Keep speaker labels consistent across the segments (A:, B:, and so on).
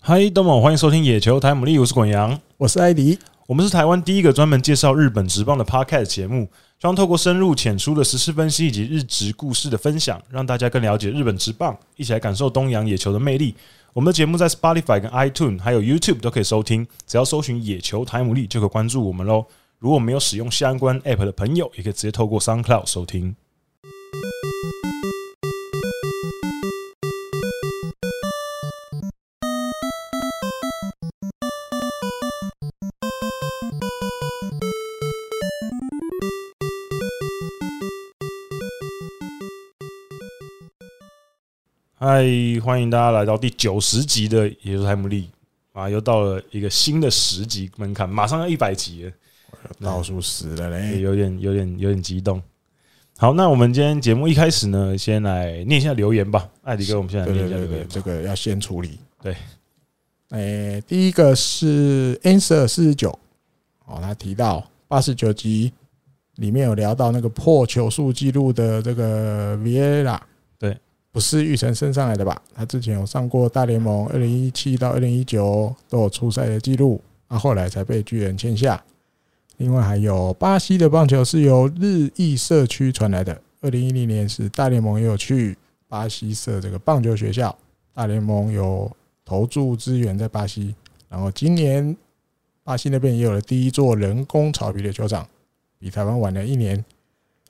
A: 嗨，东某，欢迎收听《野球台姆利》，我是滚阳，
B: 我是艾迪。
A: 我们是台湾第一个专门介绍日本职棒的 podcast 节目，希望透过深入浅出的时事分析以及日职故事的分享，让大家更了解日本职棒，一起来感受东洋野球的魅力。我们的节目在 Spotify、跟 iTune 还有 YouTube 都可以收听，只要搜寻“野球台姆利”就可以关注我们喽。如果没有使用相关 App 的朋友，也可以直接透过 SoundCloud 收听。嗨，欢迎大家来到第九十集的《野球台姆利》啊，又到了一个新的十集门槛，马上要一百集了。
B: 老鼠死了
A: 也
B: 嘞！
A: 有点有点有点激动。好，那我们今天节目一开始呢，先来念一下留言吧。艾迪哥，我们先来
B: 对
A: 念
B: 对
A: 哎一下
B: 对
A: 留
B: 对
A: 言，吧。
B: 这个要先处理。
A: 对，
B: 诶，第一个是 Answer 四十九，哦，他提到八十九集里面有聊到那个破球数记录的这个 Viera，
A: 对，
B: 不是玉成升上来的吧？他之前有上过大联盟，二零一七到二零一九都有出赛的记录，啊，后来才被巨人签下。另外还有巴西的棒球是由日裔社区传来的，二零一零年时大联盟也有去巴西设这个棒球学校，大联盟有投注资源在巴西，然后今年巴西那边也有了第一座人工草皮的球场，比台湾晚了一年。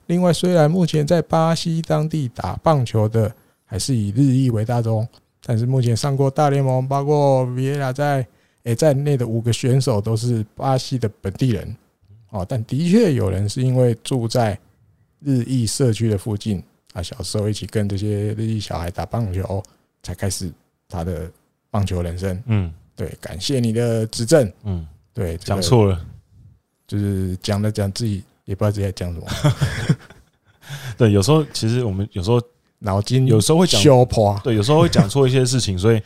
B: 另外，虽然目前在巴西当地打棒球的还是以日裔为大宗，但是目前上过大联盟，包括 Viera 在诶在内的五个选手都是巴西的本地人哦，但的确有人是因为住在日裔社区的附近啊，小时候一起跟这些日裔小孩打棒球，才开始他的棒球人生。
A: 嗯
B: 对，感谢你的指正。
A: 嗯，
B: 对，这
A: 讲
B: 个
A: 错了。
B: 就是讲了讲自己也不知道自己在讲 什么，
A: 对，有时候其实我们有时候
B: 脑筋
A: 有时候会 讲
B: 修破，
A: 对，有时候会讲错一些事情，所以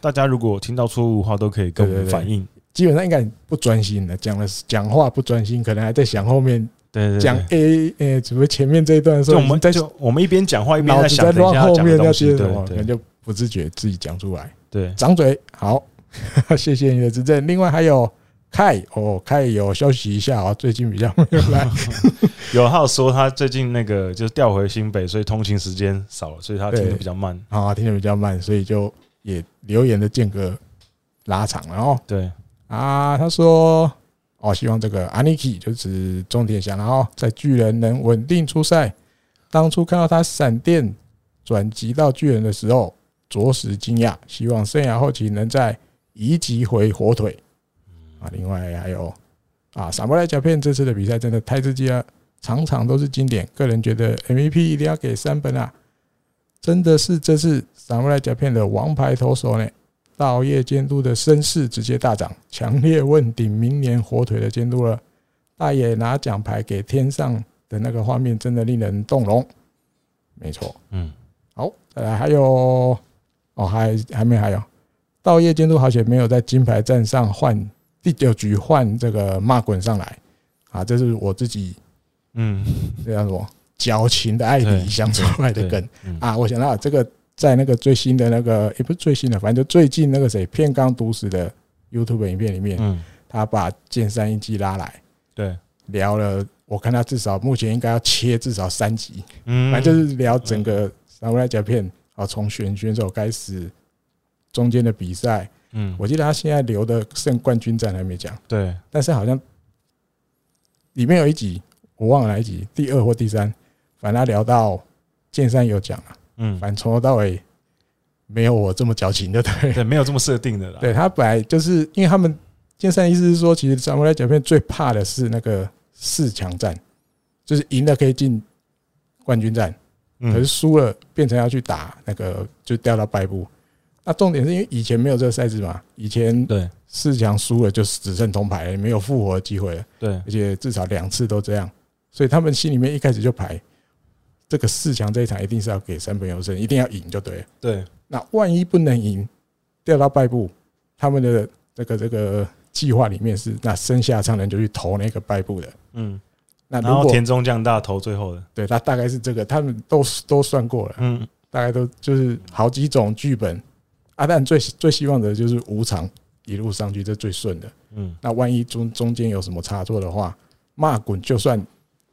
A: 大家如果听到错误的话，都可以跟我们
B: 对对对
A: 反映。
B: 基本上应该不专心的，讲了讲话不专心，可能还在想后面
A: 对对
B: 讲
A: 对，
B: A 诶，只不过前面这一段的时
A: 就
B: 候
A: 我
B: 已经
A: 们
B: 在
A: 就我们一边讲话一边
B: 脑
A: 在
B: 子
A: 想
B: 在
A: 等一
B: 乱
A: 下要
B: 后
A: 讲
B: 面
A: 的
B: 要
A: 东西。
B: 接
A: 对
B: 什么，可
A: 对
B: 能就不自觉自己讲出来。
A: 对，
B: 掌嘴，好， 谢谢你的指正。另外还有凯哦，凯有休息一下哦，最近比较没有来，
A: 有他有说他最近那个就是调回新北，所以通勤时间少了，所以他听的
B: 对
A: 比较慢。
B: 啊，听得比较慢，所以就也留言的间隔拉长了哦。
A: 对，
B: 啊，他说哦，希望这个 Aniki 就是指中田翔，然后在巨人能稳定出赛。当初看到他闪电转籍到巨人的时候，着实惊讶，希望生涯后期能再移籍回火腿。啊，另外还有啊，傻布莱甲片这次的比赛真的太刺激了，场场都是经典。个人觉得 MVP 一定要给三本啊，真的是这次傻布莱甲片的王牌投手呢。道业监督的声势直接大涨，强烈问鼎明年火腿的监督了。大爷拿奖牌给天上的那个画面，真的令人动容。没错，
A: 嗯，
B: 好，再来还有哦，还还没还有，道业监督好险没有在金牌战上换第九局换这个骂滚上来啊，这是我自己
A: 嗯，
B: 这叫什么矫情的艾
A: 对
B: 迪想出来的
A: 对
B: 梗
A: 嗯
B: 啊！我想到这个，在那个最新的那个也不是最新的，反正就最近那个谁片冈毒死的 YouTube 影片里面，
A: 嗯，
B: 他把剑山一基拉来
A: 对，
B: 聊了，我看他至少目前应该要切至少三集，
A: 嗯，
B: 反正就是聊整个《三无赖甲片》啊，从选选手开始，中间的比赛，
A: 嗯，
B: 我记得他现在留的剩冠军战还没讲。
A: 对，
B: 但是好像里面有一集我忘了哪一集，第二或第三，反正他聊到剑山有讲啊，
A: 嗯，
B: 反正从头到尾没有我这么矫情 的，对了。
A: 对，没有这么设定的啦。
B: 对他本来就是因为他们剑山意思是说，其实咱们来讲片最怕的是那个四强战，就是赢了可以进冠军战，
A: 嗯，
B: 可是输了变成要去打那个就掉到败部。那重点是因为以前没有这个赛制嘛，以前
A: 对
B: 四强输了就只剩铜牌了，没有复活的机会了。
A: 对
B: 而且至少两次都这样，所以他们心里面一开始就排这个四强这一场一定是要给三本优胜，一定要赢就对了。
A: 对，
B: 那万一不能赢，掉到败部，他们的这个这个计划里面是那剩下常人就去投那个败部的。
A: 嗯，
B: 那
A: 然
B: 啊如
A: 后
B: 果
A: 田中将大投最后的，
B: 对他大概是这个，他们都都算过了，
A: 嗯
B: 大概都就是好几种剧本阿蛋最最希望的就是无偿一路上去，这最顺的。
A: 嗯，
B: 那万一中中间有什么差错的话，骂滚就算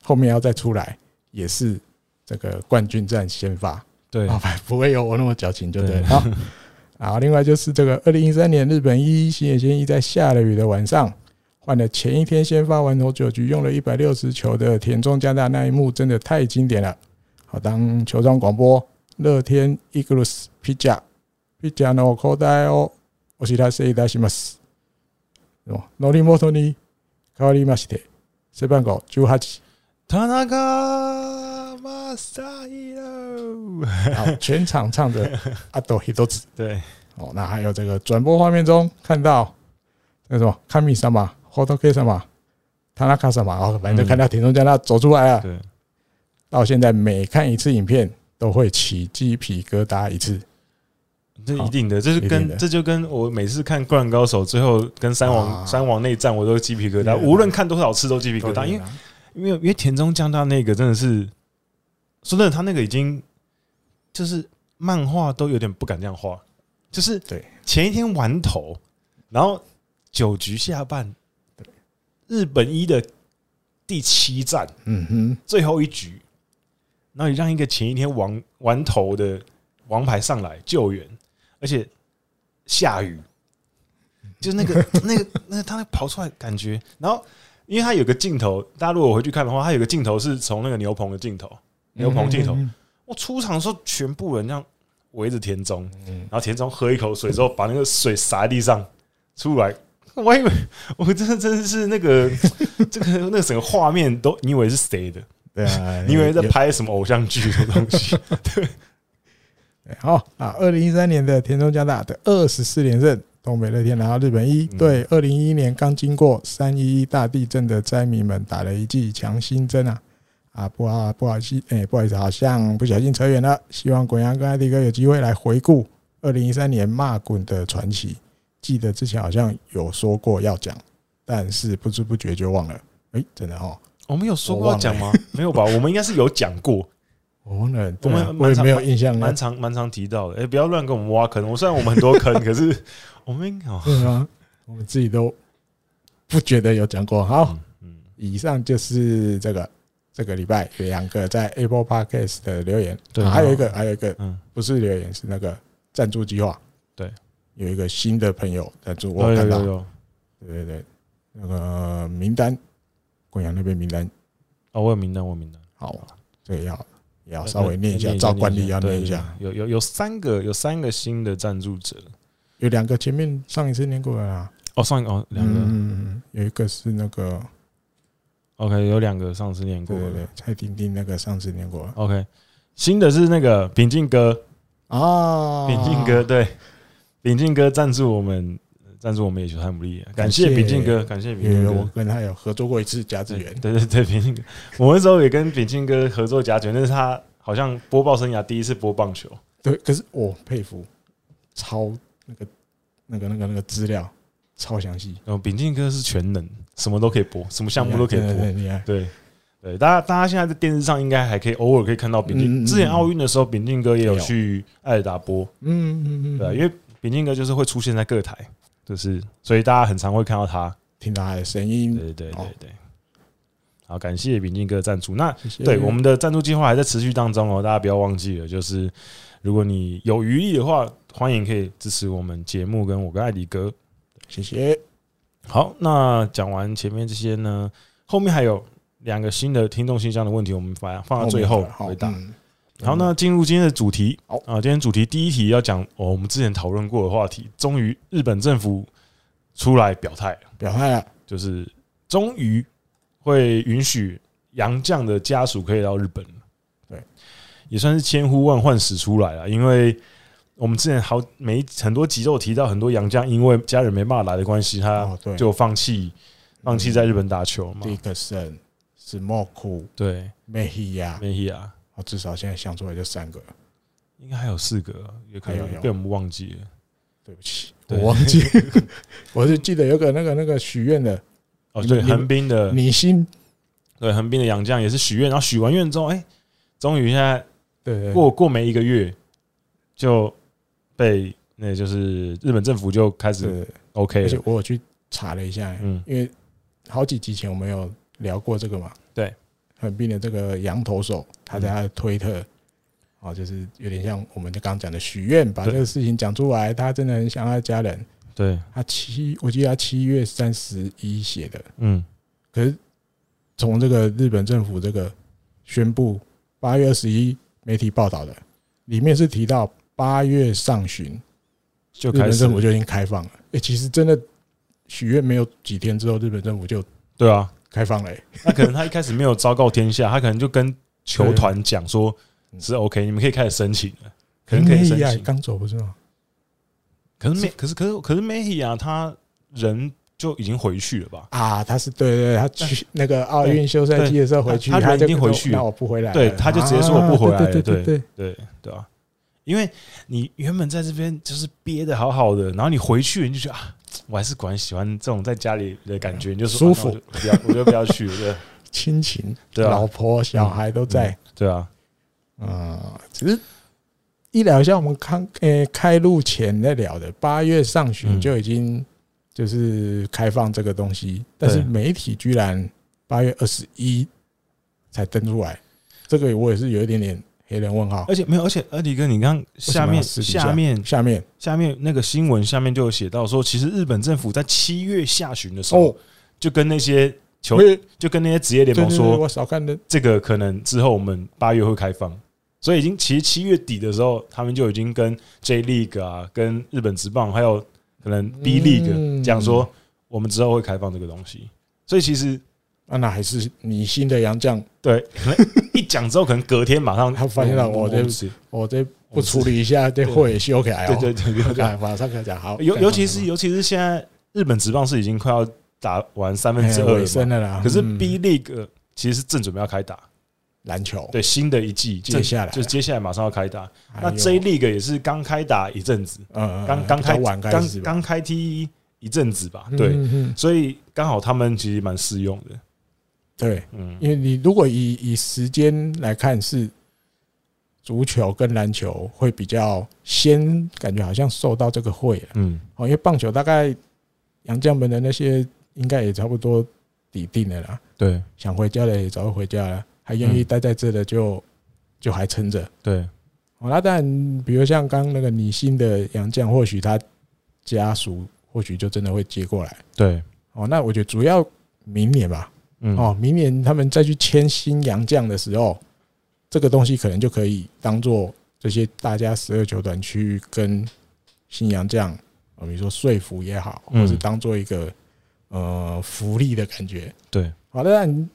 B: 后面要再出来，也是这个冠军战先发，
A: 对，
B: 啊，不会有我那么矫情，就对
A: 对
B: 了。好， 然后另外就是这个二零一三年日本一新野先一在下了雨的晚上，换了前一天先发完投九局，用了一百六十球的田中加大那一幕真的太经典了。好，当球场广播，乐天 Eagles Pizza Pizza no Kodai o 我是他谁达西马斯，什么 Nori Moto ni Kawari Mashite，背番号十八。
A: 田中马萨伊喽，
B: 好，全场唱着阿斗 h i t o
A: 对，
B: 哦，那还有这个转播画面中看到那个什么卡米什么、霍托克什么、塔纳卡什么，哦，反正就看到田中将他走出来了。
A: 嗯对，
B: 到现在每看一次影片都会起鸡皮疙瘩一次，
A: 这
B: 好
A: 一定的，这是
B: 一定的
A: 跟这就跟我每次看《灌篮高手》最后跟三
B: 啊
A: 王三王内战，我都鸡皮疙瘩，
B: 对
A: 无论看多少次都鸡皮疙瘩，因为
B: 对啊
A: 因为因为田中将他那个真的是，说真的，他那个已经就是漫画都有点不敢这样画，就是
B: 对
A: 前一天完投，然后九局下半，日本一的第七战
B: 嗯哼，
A: 最后一局，然后你让一个前一天完完投的王牌上来救援，而且下雨，就是那个那个那个他那跑出来感觉，然后因为他有个镜头，大家如果回去看的话，他有个镜头是从那个牛棚的镜头，牛棚镜头，
B: 嗯
A: 我出场的时候全部人这样围着田中，然后田中喝一口水之后，把那个水洒在地上出来。 我还以为我真的真的是那个这个那个整个画面都你以为是谁的？
B: 对啊，
A: 你以为在
B: 有
A: 拍什么偶像剧的东 西？
B: 对好啊，二零一三年的田中加大的二十四连胜，东北乐天拿到日本一，
A: 嗯
B: 对二零一一年刚经过三一一大地震的灾民们打了一剂强心针啊啊不啊不好意思，哎、不好意思，好像不小心扯远了，希望滚阳跟艾迪哥有机会来回顾二零一三年骂滚的传奇，记得之前好像有说过要讲，但是不知不觉就忘了，哎、真的哦。
A: 我们有说过要讲吗？没有吧？我们应该是有讲 过，
B: 我忘了，对
A: 我
B: 啊
A: 们
B: 我
A: 蛮
B: 也
A: 常
B: 没有印象了
A: 蛮。常蛮常提到的。哎，不要乱给我们挖坑。我虽然我们很多 坑，可是我们应该哦
B: 对啊，我们自己都不觉得有讲过。好，
A: 嗯嗯，
B: 以上就是这个这个礼拜有两个在 Apple Podcast 的留言，
A: 对
B: 啊还有一个还有一个
A: 嗯，
B: 不是留言是那个赞助计划，
A: 对，
B: 有一个新的朋友赞助，我
A: 有
B: 有
A: 有
B: 看到
A: 有，有，
B: 对对对，那个名单，贵阳那边名单，
A: 哦，我有名单，我有名单，
B: 好，这个要也要稍微念一下，照惯例要念一下。。
A: 对对对有有有三个有三个新的赞助者。
B: 有两个前面上一次念过了啊，
A: 哦，上一个哦，两个
B: 嗯，有一个是那个
A: OK，有两个上次念过
B: 对对对
A: 的。，
B: 蔡婷婷那个上次念过了。
A: OK，新的是那个秉进哥，
B: 啊，
A: 秉进哥对，秉进哥赞助我们，赞助我们野球汉不利，感谢秉进哥，感谢秉进
B: 因为我
A: 哥。
B: 跟他有合作过一次甲子
A: 对
B: 园，
A: 对对对，秉进哥，我那时候也跟秉进哥合作甲卷，那是他好像播报生涯第一次播棒球，
B: 对，可是我佩服，超那个那个那个那个资料超详细，
A: 然后秉进哥是全能，什么都可以播，什么项目都可以
B: 对对
A: 播
B: 对，厉害，
A: 对。对，大家大家现在在电视上应该还可以偶尔可以看到秉
B: 嗯嗯
A: 进，
B: 嗯
A: 之前奥运的时候，秉进哥也有
B: 有
A: 去艾尔达播，
B: 嗯嗯嗯，
A: 对啊、因为秉进哥就是会出现在各台，就是所以大家很常会看到他。
B: 听到他的声
A: 对
B: 音，
A: 对对
B: 哦
A: 对对。好，感谢秉进哥的赞助。那
B: 谢谢
A: 对我们的赞助计划还在持续当中哦，大家不要忘记了，就是如果你有余力的话，欢迎可以支持我们节目跟我跟艾迪哥。
B: 谢谢，
A: 好，那讲完前面这些呢，后面还有两个新的听众信箱的问题，我们把它放到最后
B: 好
A: 回答。
B: 嗯
A: 好，那进入今天的主题。
B: 好
A: 啊，今天主题第一题要讲、哦、我们之前讨论过的话题，终于日本政府出来表态了，
B: 表态啊了，
A: 就是终于会允许洋将的家属可以到日本了。
B: 对，
A: 也算是千呼万唤始出来了，因为我们之前好每一很多集都有提到，很多洋将因为家人没办法来的关系，他
B: 哦对，
A: 呃
B: 嗯
A: 就放弃放弃在日本打球嘛。
B: 迪克森、史莫库、
A: 对，
B: 梅西亚，
A: 梅西亚
B: 我哦至少现在想出来就三个，
A: 应该还有四个，也可
B: 还有
A: 能
B: 哎有
A: 被我们忘记了。
B: 对不起，我
A: 对
B: 忘记， 我就记得有个那个那个许愿的
A: 哦，
B: 你
A: 对，
B: 你
A: 横滨的
B: 你心，
A: 对，横滨的杨将也是许愿，然后许完愿之后，哎、终于现在
B: 对对，对
A: 过过没一个月就被那就是日本政府就开始
B: 是，
A: OK
B: 而且
A: 了。
B: 我有去查了一下，
A: 嗯
B: 因为好几集前我们有聊过这个嘛，
A: 对，
B: 横滨的这个羊头手，他在他的推特，
A: 嗯
B: 哦，就是有点像我们就刚刚讲的许愿，把这
A: 对
B: 个事情讲出来，他真的很想他的家人。
A: 对，
B: 他七，我记得他七月三十一写的，
A: 嗯，
B: 可是从这个日本政府这个宣布，八月二十一媒体报道的，里面是提到八月上旬，
A: 就
B: 日
A: 开
B: 本
A: 始
B: 政府就已经开放了。哎，其实真的许愿没有几天之后，日本政府就
A: 对啊。
B: 开放了、欸。
A: 那可能他一开始没有昭告天下，他可能就跟球团讲说
B: 嗯啊
A: 是 OK，你们可以开始申请了。可能可以申
B: 呀
A: 请，
B: 刚走不是吗？
A: 可是没，可是可是可是 Mahi 啊，他人就已经回去了吧？
B: 啊，他是对对，对他去那个奥运休赛季的时候回去，
A: 他他人
B: 就
A: 已经回去了
B: 那我不回来了，
A: 对他就直接说我不回来了
B: 啊对对对，
A: 对对啊，因为你原本在这边就是憋的好好的，然后你回去你就觉得啊，我还是果然喜欢这种在家里的感觉，你就说
B: 舒服
A: 啊那我就不要， 我就不要去了。对
B: 亲情、
A: 对啊
B: 老婆、小孩都在，
A: 对啊，
B: 啊、只是一聊一下，我们刚呃开录前在聊的，八月上旬
A: 嗯
B: 就已经就是开放这个东西，但是
A: 对
B: 媒体居然八月二十一才登出来，这个我也是有一点点黑人问号。
A: 而且没有，而且而迪哥，你刚下
B: 为
A: 面
B: 什么要私底下
A: 下面
B: 下面
A: 下面那个新闻下面就有写到说，其实日本政府在七月下旬的时候，
B: 哦，
A: 就跟那些球
B: 我也
A: 就跟那些职业联
B: 对
A: 盟
B: 对对，
A: 说，
B: 我少看的
A: 这个可能之后我们八月会开放，所以已经其实七月底的时候，他们就已经跟 J League 啊、跟日本职棒还有可能 B
B: 嗯
A: League 讲说，我们之后会开放这个东西。所以其实
B: 啊，那还是你新的洋将，
A: 对，可能一讲之后，可能隔天马上
B: 他发现了哦我这
A: 不嗯是
B: 我这不处理一下，这货也修改
A: 对
B: 哦。
A: 对对对对，
B: 对，马上跟他讲好。
A: 尤尤其是尤其是现在日本职棒是已经快要打完三分之
B: 哎
A: 二
B: 尾
A: 了
B: 声
A: 嘛，
B: 了啦，
A: 可是
B: 嗯
A: B League 呃其实是正准备要开打，
B: 篮球
A: 对新的一季
B: 接
A: 正
B: 下来哎
A: 就是接下来马上要开打，那
B: 还有
A: J League 也是刚开打一阵子，
B: 嗯，
A: 刚刚开
B: 比较晚开
A: 刚
B: 始吧，
A: 刚开 T 一阵子吧，
B: 嗯
A: 对，
B: 嗯嗯
A: 所以刚好他们其实蛮适用的，
B: 对，
A: 嗯，
B: 因为你如果以以时间来看，是足球跟篮球会比较先，感觉好像受到这个惠了
A: 嗯，
B: 哦，因为棒球大概杨将们的那些应该也差不多底定了啦，
A: 对
B: 想回家的也早就回家了，还愿意
A: 嗯
B: 待在这的就就还撑着。
A: 对，
B: 哦，那但比如像刚那个你新的杨将，或许他家属或许就真的会接过来。
A: 对，
B: 哦，那我觉得主要明年吧，
A: 嗯
B: 哦，明年他们再去签新洋将的时候，这个东西可能就可以当做这些大家十二球团去跟新洋将，呃，比如说说服也好，
A: 嗯
B: 或是当做一个呃福利的感觉。
A: 对，
B: 好，当然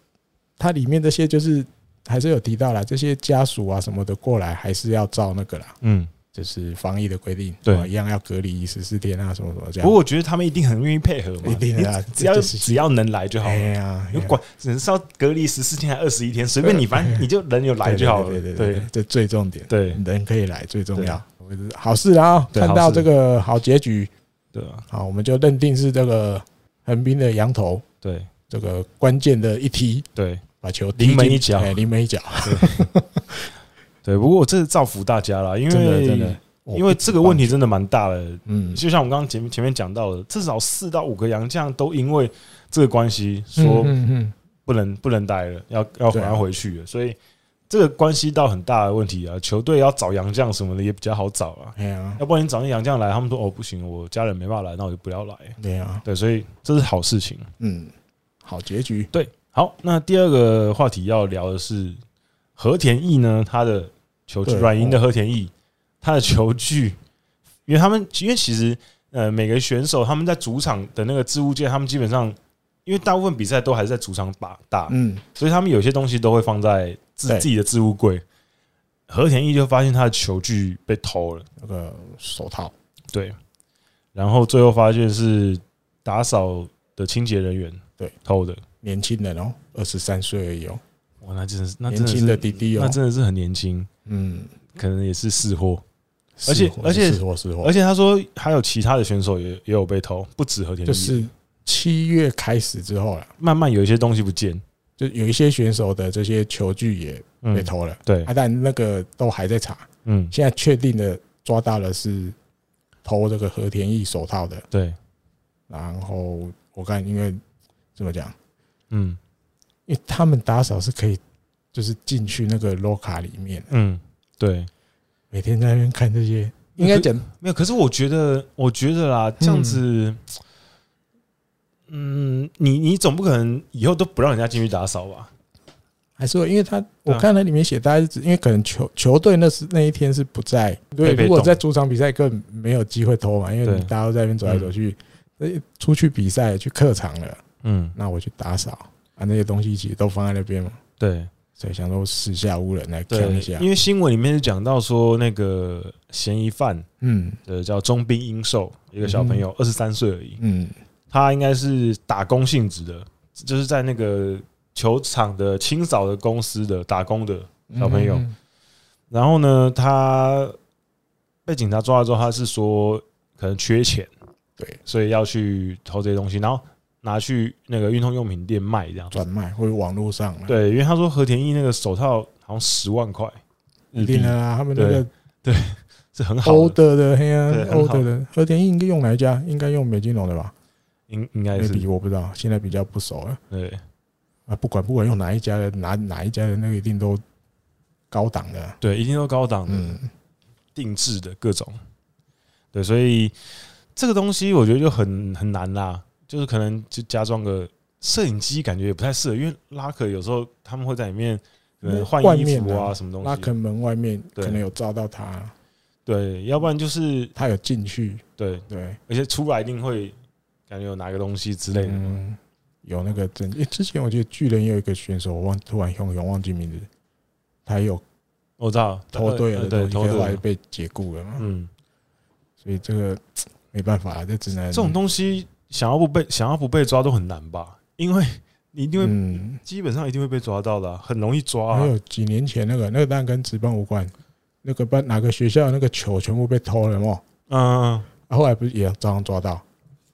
B: 它里面这些就是还是有提到啦，这些家属啊什么的过来还是要照那个啦，
A: 嗯，
B: 就是防疫的规定，
A: 对
B: 哦一样要隔离十四天啊，什么什么这
A: 不
B: 样
A: 过。我觉得他们一定很愿意配合嘛，
B: 一定的啊，
A: 只要
B: 这是
A: 只要能来就好
B: 哎
A: 了。
B: 呀，
A: 你管只是要隔离十四天还二十一天，随便你，反 正你就人有来就好了。
B: 对对对
A: 对，
B: 这最重点，
A: 对
B: 人可以来最重要。我觉得好事啦、哦，
A: 对
B: 看到
A: 好事
B: 这个好结局，
A: 对啊
B: 好，我们就认定是这个横滨的羊头
A: 对啊
B: 这个关键的一踢，
A: 对
B: 把球
A: 临门
B: 踢进
A: 一脚
B: 哎临门一脚，
A: 对，不过我这是造福大家啦，因
B: 真的真的
A: 为，
B: 哦
A: 因为这个问题，真的蛮大的，
B: 嗯，
A: 就像我们刚刚前面前面讲到的，至少四到五个洋将都因为这个关系说
B: 嗯嗯
A: 不能不能待了，要要
B: 对
A: 赶
B: 啊
A: 快回去了，所以这个关系到很大的问题啊。球队要找洋将什么的也比较好找啊，
B: 嗯，哎呀，
A: 要不然你找那洋将来，他们说哦不行，我家人没办法来，那我就不要来。
B: 对呀，
A: 对，所以这是好事情。
B: 嗯，好结局，
A: 对，好，那第二个话题要聊的是和田义呢，他的球具
B: 对哦
A: 软银的和田义，他的球具，因为他们因为其实呃每个选手他们在主场的那个置物界，他们基本上因为大部分比赛都还是在主场打打，
B: 嗯，
A: 所以他们有些东西都会放在自
B: 对
A: 自己的置物柜。和田义就发现他的球具被偷了，
B: 那个手套，
A: 对，然后最后发现是打扫的清洁人员
B: 对
A: 偷的，
B: 年轻人哦，二十三岁而已哦，
A: 哇，那真的是那真
B: 年
A: 的
B: 轻
A: 是
B: 的弟弟
A: 那
B: 哦，
A: 真的是很年轻，
B: 嗯，
A: 可能也是试货。而
B: 是
A: 且
B: 货
A: 而且
B: 是货是货
A: 而，且他说还有其他的选手也也有被偷，不止和田一，
B: 就是七月开始之后啦。
A: 慢慢有一些东西不见，
B: 就有一些选手的这些球具也
A: 嗯
B: 被，偷了，
A: 对
B: 啊，，但那个都还在查，
A: 嗯，
B: 现在确定的抓到了是偷这个和田义手套的。
A: 对，
B: 然后我看，因为怎么讲，
A: 嗯
B: 因为他们打扫是可以，就是进去那个 loca 里面，
A: 嗯，对，
B: 每天在那边看这些，
A: 嗯
B: 应该讲
A: 没有。可是我觉得，我觉得啦，这样子，嗯，你你总不可能以后都不让人家进去打扫吧？
B: 还是会，因为他
A: 对
B: 我
A: 啊
B: 看那里面写，大概是指因为可能球球队那时那一天是不在，对，
A: 被被
B: 如果
A: 动
B: 在主场比赛更没有机会偷嘛，因为
A: 对
B: 你大家都在那边走来走去，那出去比赛去客场了，
A: 嗯，
B: 那我去打扫啊，那些东西其实都放在那边嘛，
A: 对
B: 所以想说时下无人来看
A: 对
B: 一下，，
A: 因为新闻里面是讲到说，那个嫌疑犯
B: 嗯
A: 呃叫中兵英寿，一个小朋友，二十三岁而已，
B: 嗯
A: 他应该是打工性质的，就是在那个球场的清扫的公司的打工的。小朋友
B: 嗯
A: 然后呢，他被警察抓了之后，他是说可能缺钱，
B: 对，
A: 所以要去偷这些东西，然后拿去那个运动用品店卖这样。
B: 转卖或者网络上了，
A: 对，因为他说和田一那个手套好像十万块
B: 一
A: 日币
B: 定啊的啦，他们那个
A: 是很好
B: 欧
A: 的，
B: 德的黑啊
A: 对，很
B: 欧
A: 好
B: 德的和田应该用哪一家？应该用美金龙的吧？
A: 应应该
B: 那
A: 是
B: 笔我不知道，现在比较不熟了
A: 对
B: 啊。不管不管用哪一家的，哪哪一家的那个一定都高档的。啊
A: 对，一定都高档的、
B: 嗯，
A: 定制的各种。对，所以这个东西我觉得就很很难啦，就是可能就加装个摄影机，感觉也不太适合，因为拉克有时候他们会在里面呃
B: 那
A: 换
B: 外
A: 衣
B: 面
A: 服啊
B: 啊
A: 什么东西，
B: 拉肯门外面
A: 对
B: 可能有照到他，
A: 对，要不然就是
B: 他有进去，
A: 对，
B: 对，
A: 而且出来一定会感觉有拿个东西之类的。
B: 嗯，有那个证。诶之前我记得巨人也有一个选手，我忘突然永远忘记名字，他也有
A: 我知道，
B: 偷队
A: 呃
B: 了，
A: 对，
B: 东西
A: 偷
B: 可是后来
A: 对，
B: 被解雇了嘛。
A: 嗯，
B: 所以这个没办法，这只能
A: 这种东西想要不被想要不被抓都很难吧？因为你一定会
B: 嗯。
A: 基本上一定会被抓到的啊，很容易抓
B: 还
A: 啊。
B: 有几年前那个，那个当然跟职棒无关，那个班哪个学校那个球全部被偷了嘛，
A: 嗯，
B: 啊、后来不是也照样抓到，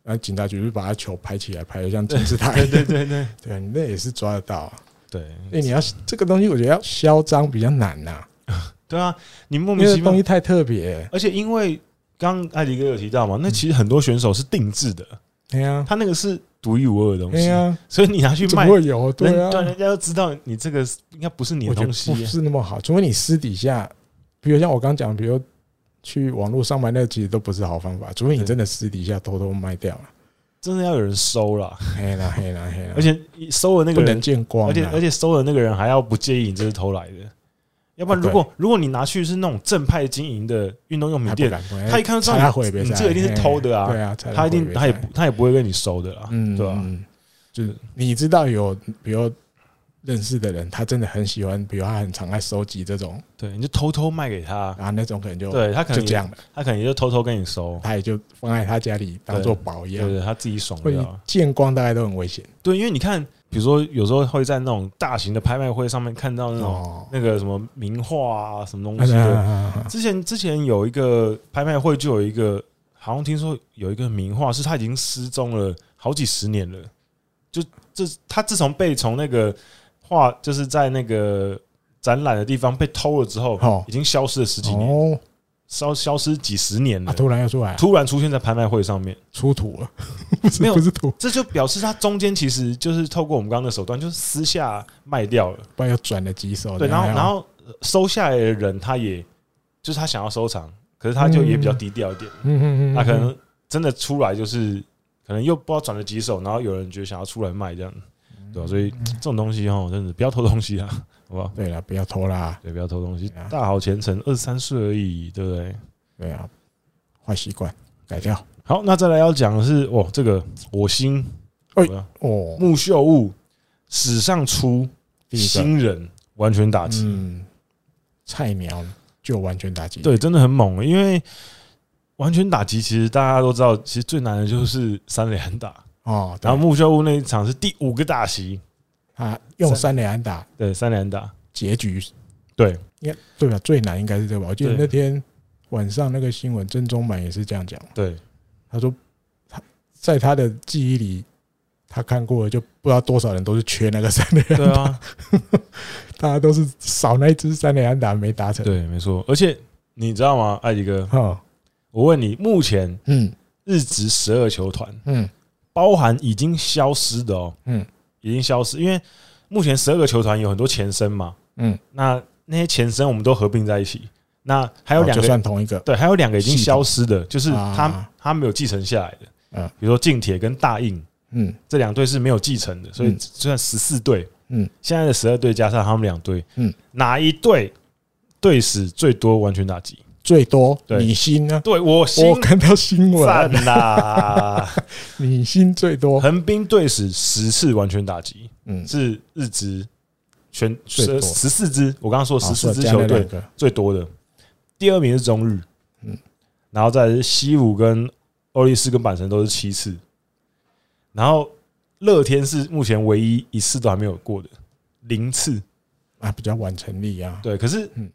B: 然后警察局就把他球拍起来，拍的像金字塔
A: 对
B: 一
A: 对
B: 样，
A: 对对
B: 对啊，你那也是抓得到、啊。
A: 对
B: 哎，你要这个东西，我觉得要嚣张比较难呐、
A: 对啊！你莫
B: 因
A: 名
B: 为
A: 其
B: 这东
A: 妙
B: 西，太特别。
A: 而且因为刚刚艾迪哥有提
B: 嗯
A: 到嘛，那其实很多选手是定制的，
B: 哎呀，
A: 他那个是独一无二的东
B: 哎
A: 西，
B: 呀，
A: 所以你拿去
B: 怎
A: 卖
B: 么，会有？对啊
A: 人，人家都知道你这个是应该不是你
B: 我
A: 的
B: 觉得
A: 东
B: 不
A: 西啊。
B: 是那么好，除非你私底下，比如像我刚讲，比如去网络上买，那其实都不是好方法，除非你
A: 对
B: 真的私底下偷偷卖掉啊 哎了。
A: 真的要有人收啦，
B: 黑啦黑啦黑啦，
A: 而且收了那
B: 不
A: 个
B: 能
A: 人，
B: 见光啊，
A: 而且而且收了那个人还要不介意你这是偷来的，要不然如果如果你拿去是那种正派经营的运动用品
B: 还不
A: 店，
B: 敢回，
A: 他一看就知
B: 拆
A: 道
B: 毁
A: 你这个一定是偷的啊
B: 对啊，拆
A: 他一定
B: 毁
A: 他也
B: 呗
A: 不他也不会跟你收的啦，
B: 嗯，
A: 对吧、啊
B: 嗯就是你知道有比如认识的人，他真的很喜欢，比如他很常爱收集这种
A: 对，你就偷偷卖给他，
B: 啊，那种可能就
A: 对他可
B: 就
A: 能
B: 这样了，
A: 他可能也就偷偷跟你收，
B: 他也就放在他家里当做宝一
A: 对
B: 样
A: 不，对？他自己爽
B: 会
A: 的啊。
B: 见光大概都很危险
A: 对，因为你看，比如说有时候会在那种大型的拍卖会上面看到那种
B: 哦。
A: 那个什么名画啊，什么
B: 啊
A: 东西的，
B: 啊
A: 之前之前有一个拍卖会，就有一个，好像听说有一个名画是他已经失踪了好几十年了，就这他自从被从那个画就是在那个展览的地方被偷了之后，
B: 哦
A: 已经消失了十几年，
B: 哦，
A: 消消失几十年
B: 啊
A: 了，
B: 突然又出来啊
A: 突然出现在拍卖会上面，
B: 出土 了，不
A: 没
B: 是
A: 有
B: 不是土，
A: 这就表示他中间其实就是透过我们刚刚的手段，就是私下卖掉了，
B: 不然又转了几手。
A: 对，然后
B: 还好
A: 然后呃收下来的人他也就是他想要收藏，可是他就也比较
B: 嗯
A: 低调一点。
B: 嗯嗯嗯，
A: 那可
B: 嗯
A: 能真的出来就是可能又不知道转了几手，然后有人觉得想要出来卖这样，
B: 嗯
A: 对吧、啊所以这种东西哦，真的不要偷东西啊， 好不好？
B: 对了，不要偷啦，
A: 对，不要偷东西
B: 对啊，
A: 大好前程，二十三岁而已，对不对？
B: 对啊，坏习惯改掉
A: 好，那再来要讲的是，哦，这个火星，
B: 哎
A: 好吧
B: 哦。
A: 木秀悟史上出
B: 第一个
A: 新人完全打击，
B: 嗯，菜鸟就完全打击。，
A: 对，真的很猛，因为完全打击其实大家都知道，其实最难的就是三连打，
B: 哦，
A: 然
B: 然
A: 后
B: 后
A: 木秀悟那一场是第五个打席，
B: 他啊用三连安打，
A: 对，三连打，
B: 结局
A: 对。
B: 应该对吧？最难应该是这个吧？我记得
A: 对
B: 那天晚上那个新闻，郑中满也是这样讲，
A: 对
B: 他说他在他的记忆里。他看过的就不知道多少人都是缺那个三连安
A: 对
B: 打，
A: 啊，
B: 大家都是少那一支三连安打没达成。
A: 对，没错。而且你知道吗，艾迪哥，
B: 哈，
A: 我问你，目前
B: 嗯
A: 日职十二球团
B: 嗯
A: 包含已经消失的哦，
B: 嗯
A: 已经消失，因为目前十二个球团有很多前身嘛，
B: 嗯，
A: 那那些前身我们都合并在一起，那还有
B: 哦
A: 两
B: 就
A: 个
B: 算同一个，
A: 对，还有两个已经
B: 系统
A: 消失的，就是他
B: 啊
A: 他没有继承下来的，
B: 嗯
A: 比如说近铁跟大印
B: 嗯
A: 这两队是没有继承的，所以
B: 嗯
A: 就算十四队，
B: 嗯，
A: 现在的十二队加上他们两队，
B: 嗯，
A: 哪一队队史最多完全打击？
B: 最多
A: 对
B: 李欣呢？
A: 对我心
B: 我看到新闻
A: 赞啦，
B: 李欣最多，
A: 横滨队史十次完全打击，
B: 嗯，
A: 是日职全
B: 最
A: 十
B: 多
A: 十四支，我刚刚说十四支
B: 好
A: 球，
B: 算加那
A: 队
B: 两个
A: 最多的，第二名是中日，
B: 嗯
A: 然后再来是西武跟欧力士跟阪神都是七次，然后乐天是目前唯一一次都还没有过的零次，
B: 啊，比较晚成立啊。
A: 对，可是
B: 嗯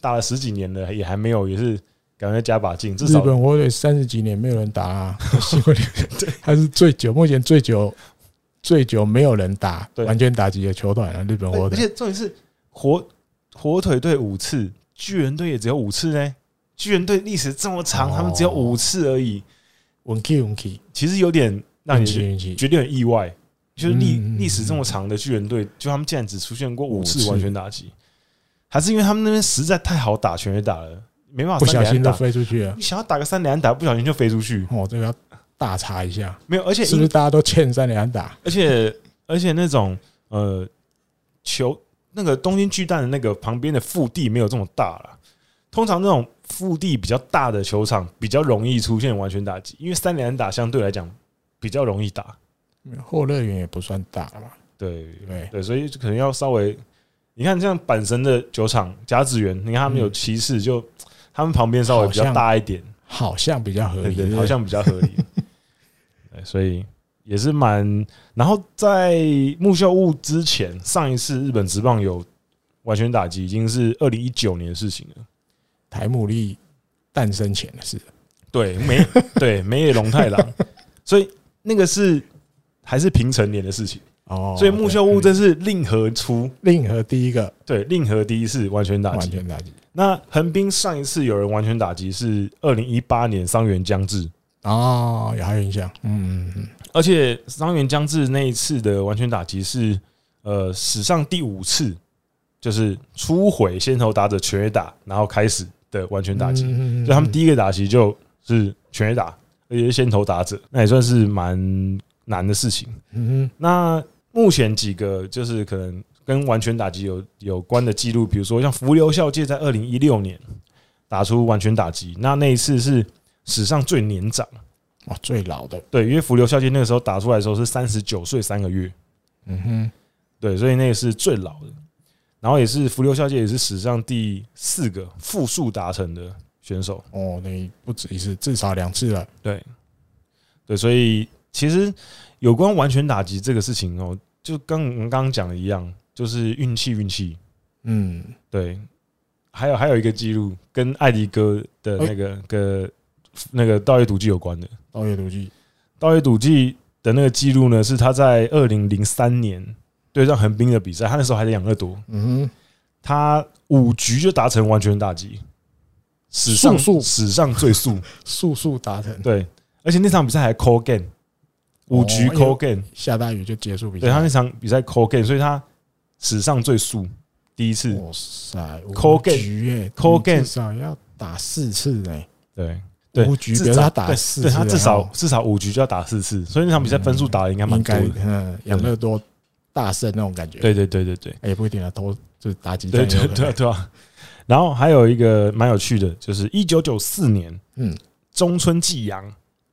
A: 打了十几年了也还没有，也是感觉加把劲，至
B: 日
A: 少
B: 本火腿三十几年没有人打啊， 西瓜他是最久，目前最久最久没有人打
A: 对
B: 完全打击的球团啊，日
A: 对
B: 本火
A: 而
B: 腿
A: 且重点是火火腿队五次，巨人队也只有五次呢。巨人队历史这么长，
B: 哦
A: 他们只有五次而已，
B: 稳 K 稳 K，
A: 其实有点让你
B: 运气
A: 觉
B: 运气，
A: 觉得很意外。就是历
B: 嗯嗯嗯
A: 历史这么长的巨人队，就他们竟然只出现过五
B: 五
A: 次
B: 次
A: 完全打击，还是因为他们那边实在太好打全垒打了，没办法
B: 不
A: 三
B: 小
A: 连
B: 心都
A: 打。
B: 飞出去了。
A: 你想要打个三连打，不小心就飞出去，
B: 哦，这个要大查一下，
A: 没有，而且
B: 是不是大家都欠三连打？
A: 而且而且那种呃球那个东京巨蛋的那个旁边的腹地没有这么大了。通常那种腹地比较大的球场比较容易出现完全打击，因为三连打相对来讲比较容易打。
B: 后乐园也不算大嘛，
A: 对
B: 对不对？
A: 对，所以可能要稍微，你看像阪神的球场甲子园，你看他们
B: 嗯
A: 有骑士，就他们旁边稍微比较大一点，
B: 好像比较合
A: 对
B: 理，
A: 对，好像比较合 理。对，所以也是蛮。然后在木秀物之前，上一次日本职棒有完全打击，已经是二零一九年的事情了。
B: 台姆利诞生前的事。
A: 对， 梅对梅野龙太郎， 所以那个是还是平成年的事情。
B: 哦，
A: 所以木秀物
B: 对
A: 真是令和出，
B: 嗯令和第一个
A: 对，令和第一次完全打
B: 完
A: 击。
B: 全打击
A: 那横滨上一次有人完全打击是二零一八年伤员将至。
B: 哦，也还有印象，嗯嗯嗯，
A: 而且伤员将至那一次的完全打击是呃史上第五次，就是初回先头打者全垒打，然后开始的完全打击，
B: 嗯，嗯嗯嗯
A: 所以他们第一个打击就是全垒打，而且是先头打者，那也算是蛮难的事情。
B: 嗯
A: 那目前几个就是可能跟完全打击有有关的记录，比如说像福流孝介在二零一六年打出完全打击，那那一次是史上最年长。
B: 哼，哦，最老的，
A: 对，因为福流孝介那个时候打出来的时候是三十九岁三个月，
B: 嗯哼，
A: 对，所以那个是最老的，然后也是福流孝介也是史上第四个复数达成的选手，
B: 哦，那不止一次，至少两次了，
A: 对，对，所以其实有关完全打击这个事情哦，就跟我们刚刚讲的一样，就是运气，运气，
B: 嗯，
A: 对，还有还有一个记录跟艾迪哥的那个个那个盗月赌技有关的，
B: 盗月毒剂，
A: 盗月赌技的那个记录呢，是他在二零零三年对上横滨的比赛，他那时候还在养乐多，
B: 嗯
A: 他五局就达成完全打击，史上
B: 速速
A: 史上最速。
B: 哼，速速达成，
A: 对，而且那场比赛还 call game，五局
B: 哦哎呦
A: call game，、
B: 下大雨就结束比赛，
A: 对他那场比赛 call game，所以他史上最速第一次。
B: 哇塞，
A: 扣
B: 五
A: game
B: 局哎，
A: 扣
B: 你
A: game
B: 至少要打四次呢，
A: 对对，
B: 五局
A: 至
B: 表示
A: 少
B: 他打
A: 对
B: 四
A: 对他
B: 次
A: 至
B: 然
A: 少
B: 后
A: 至少五局就要打四次，所以那场比赛分数打的应该蛮
B: 应
A: 多
B: 该
A: 的。
B: 嗯，养乐多大胜那种感觉，
A: 对对对对对
B: 哎，也不一定啊，投就是打几
A: 对
B: 战
A: 对
B: 有可
A: 对
B: 能，
A: 对啊！然后还有一个蛮有趣的，就是一九九四年
B: 嗯
A: 中村纪阳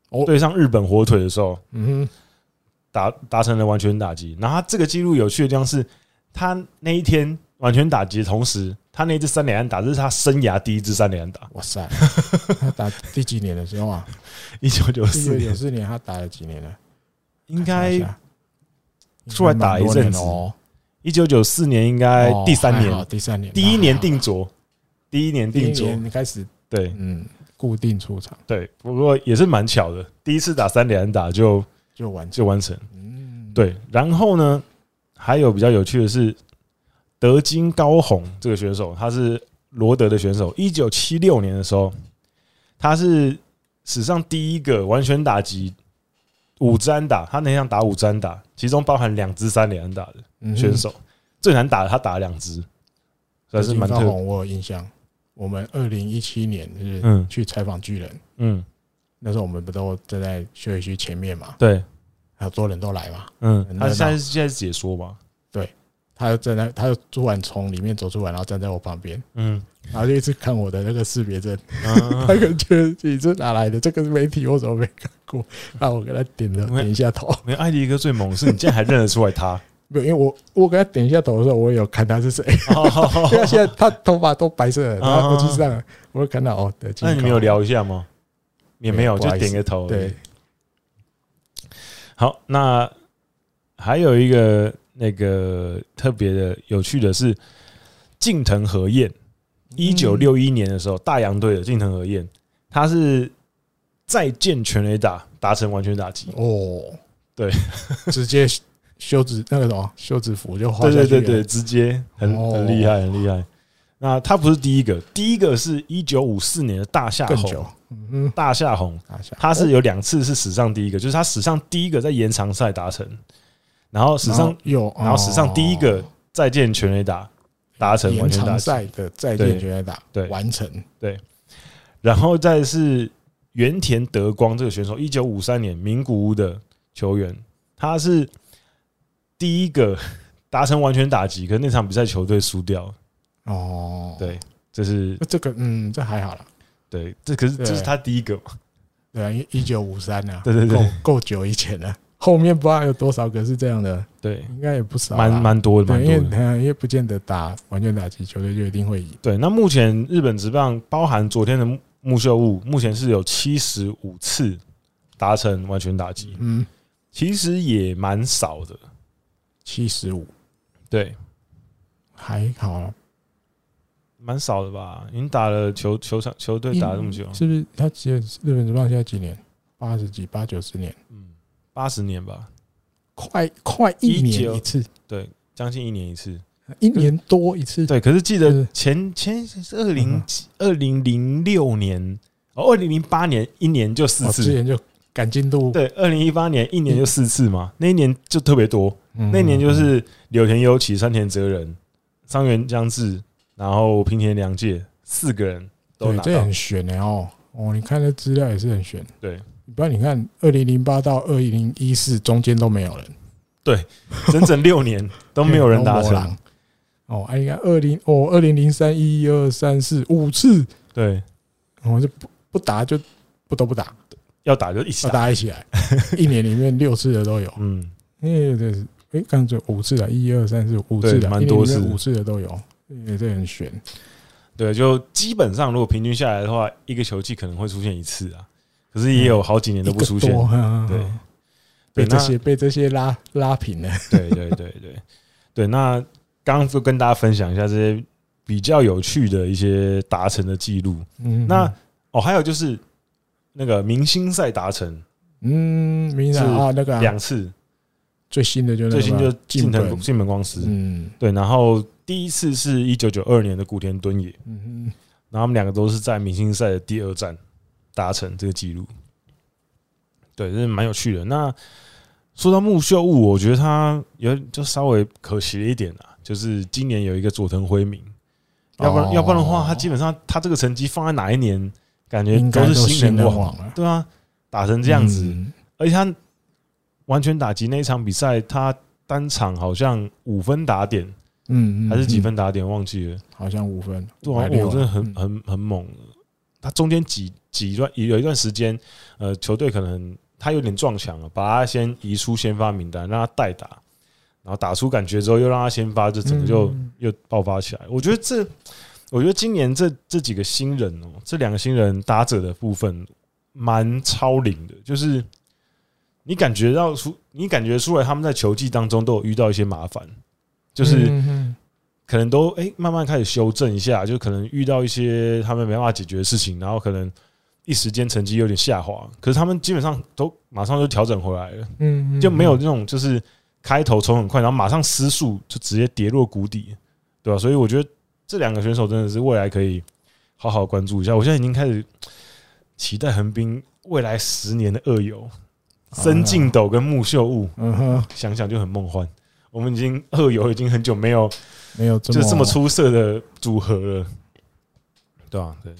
B: 哦
A: 对上日本火腿的时候，
B: 嗯哼，
A: 达达成了完全打击。然后他这个记录有趣的地方是，他那一天完全打击的同时，他那支三连安打这是他生涯第一支三连安打，
B: 哇塞， 他打第几年的时候啊？
A: 一九九
B: 一
A: 四
B: 九九
A: 年
B: 四年他打了几年了？
A: 应该
B: 看一下
A: 出来打一阵子
B: 应该蛮多年哦，
A: 一九九四年应该
B: 哦
A: 第三，
B: 还好
A: 年，
B: 第三年，
A: 第一年定
B: 那
A: 着，第一年
B: 还好
A: 定
B: 第一
A: 着，
B: 年开始，
A: 对
B: 嗯，固定出场
A: 对。不过也是蛮巧的，第一次打三连安打就
B: 就完成，
A: 就完成。
B: 嗯，，
A: 对，然后呢，还有比较有趣的是，德金高宏这个选手，他是罗德的选手，一九七六年的时候，他是史上第一个完全打击五支安打，他那样打五支安打，其中包含两支三连安打的
B: 嗯哼
A: 选手，最难打的他打了两支，算是蛮
B: 金
A: 特
B: 高宏，我有印象。我们二零一七年就是
A: 嗯
B: 去采访巨人，
A: 嗯，
B: 那时候我们不都站在休息区前面嘛，
A: 对，
B: 还有多人都来嘛，
A: 嗯，
B: 很
A: 他
B: 热
A: 现在现在是解说嘛，
B: 他就站在，他就突然从里面走出来，然后站在我旁边，
A: 嗯，
B: 然后就一直看我的那个识 别证，
A: 啊
B: 他可能觉得自己是哪来的这个媒体，我怎么没看过？然后我给他点了
A: 没
B: 点一下头，
A: 没有艾迪哥最猛，是你竟然还认得出来 他，
B: 没有，因为我我给他点一下头的时候，我也有看他是谁，
A: 哦
B: 因为他现在他头发都白色的，然后国际上我就看到哦，对，
A: 啊那你们有聊一下吗？也没有，
B: 没有
A: 就
B: 不好意思
A: 点个头。
B: 对，
A: 好，那还有一个那个特别的有趣的是，近藤和彦，
B: 嗯
A: 一九六一年的时候，大洋队的近藤和彦，他是再见全垒打达成完全打击，
B: 哦，
A: 对，
B: 直接休止那个什么休止符就画
A: 对
B: 下去
A: 对
B: 了，
A: 对对，直接很
B: 哦
A: 很厉害，很厉害。那他不是第一个，第一个是一九五四年的大夏
B: 更
A: 红
B: 久，，嗯嗯，
A: 大夏红
B: 打下
A: 他是有两次是史上第一个，就是他史上第一个在延长赛达成，然后史上
B: 有，
A: 然后史上第一个再见全垒打达成
B: 哦延
A: 完全打
B: 长
A: 击，
B: 赛的再
A: 对
B: 见决打
A: 对
B: 完成，
A: 然后再是原田德光这个选手，一九五三年名古屋的球员，他是第一个 达成完全打击，可是那场比赛球队输掉，
B: 哦，
A: 对，这是
B: 那这个嗯，这还好啦。
A: 对，这可是
B: 对
A: 这是他第一个嘛，
B: 对啊，一九五三啊，
A: 对对对
B: 够够久以前了。后面不知道有多少个是这样的，
A: 对，
B: 应该也不少啦，
A: 蛮蛮多的，
B: 对，
A: 蛮
B: 因
A: 多
B: 为
A: 的。
B: 嗯因为不见得打完全打击球队就一定会赢，
A: 对，那目前日本职棒包含昨天的木木秀物，目前是有七十五次达成完全打击，
B: 嗯，
A: 其实也蛮少的。
B: 七十五
A: 对，
B: 还好啦，
A: 蛮少的吧？已经打了球球
B: 嗯
A: 场球队打了这么久，
B: 是不是？他只有日本职棒现在几年？八十几、八九十年，
A: 嗯，八十年吧，
B: 快快一年一次，
A: 对，将近一年一次。
B: 一年多一次，
A: 对，可是记得
B: 是
A: 前前是二
B: 嗯
A: 零二零零六年，哦，二零零八年一年就四
B: 我哦之
A: 次。
B: 前就赶进度，
A: 对，二零一八年一年就四次嘛，那一年就特别多。
B: 嗯
A: 那年就是柳田优起、山田哲人、伤员将至，然后平田良介四个人都
B: 对
A: 拿，
B: 这也
A: 到
B: 很。悬的哦。哦，你看那资料也是很悬，
A: 对，
B: 不然你看二零零八到二零一四中间都没有人。
A: 整整六年都没有人达
B: 都没人
A: 成。
B: 哦，哎，你看二零哦，二零零三一一二三四五次，
A: 对，
B: 我、哦、就不不打就不都不打，
A: 要打就一起
B: 要
A: 打。
B: 大家一起来，一年里面六次的都有，
A: 嗯，
B: 因为这是哎，刚才五次的，一二三四五次
A: 对
B: 的，
A: 蛮
B: 一年里
A: 多
B: 面
A: 次
B: 五次的都有，也这很悬。
A: 对，就基本上如果平均下来的话，一个球季可能会出现一次啊，可是也有好几年都不出现
B: 嗯一个。多哈
A: 对对
B: 被这
A: 那
B: 些被这些拉拉平了。
A: 对对对对对，那刚刚就跟大家分享一下这些比较有趣的一些达成的记录。
B: 嗯
A: 那哦，还有就是那个明星赛达成
B: 嗯，明
A: 是
B: 然啊，那个啊、
A: 两次，
B: 最新的就那
A: 最
B: 个
A: 新
B: 嘛
A: 就
B: 进
A: 近藤
B: 本
A: 近本光司，
B: 嗯
A: 对，然后第一次是一九九二年的古田敦也，
B: 嗯嗯，
A: 然后他们两个都是在明星赛的第二站达成这个记录，对，这是蛮有趣的。那说到木秀悟，我觉得他有就稍微可惜了一点啊，就是今年有一个佐藤辉明，要不然、
B: 哦
A: 要不然的话，他基本上他这个成绩放在哪一年，感觉
B: 应
A: 都
B: 该
A: 是
B: 都
A: 新人
B: 人
A: 王，
B: 网了，
A: 对啊，打成这样子，
B: 嗯
A: 而且他完全打击那一场比赛，他单场好像五分打点
B: 嗯，嗯
A: 还是几
B: 嗯
A: 分打点忘记了，
B: 好像五分，
A: 对啊，
B: 560
A: 我真的很
B: 嗯
A: 很很猛。他中间几几段有一段时间，呃，球队可能他有点撞墙了，把他先移出先发名单，让他代打，然后打出感觉之后又让他先发，就整个就
B: 嗯
A: 又爆发起来。我觉得这，我觉得今年这这几个新人哦，这两个新人打者的部分蛮超龄的，就是你感觉到出，你感觉出来他们在球技当中都有遇到一些麻烦，就是。
B: 嗯嗯
A: 可能都哎、诶慢慢开始修正一下，就可能遇到一些他们没办法解决的事情，然后可能一时间成绩有点下滑，可是他们基本上都马上就调整回来了，
B: 嗯嗯
A: 就没有那种就是开头冲很快，然后马上失速就直接跌落谷底，对吧、所以我觉得这两个选手真的是未来可以好好关注一下。我现在已经开始期待横滨未来十年的恶友，
B: 哎
A: 森进斗跟木秀悟，
B: 嗯哼，
A: 想想就很梦幻。我们已经恶友已经很久没有
B: 没有这
A: 就
B: 么
A: 是这么出色的组合了，对啊，对，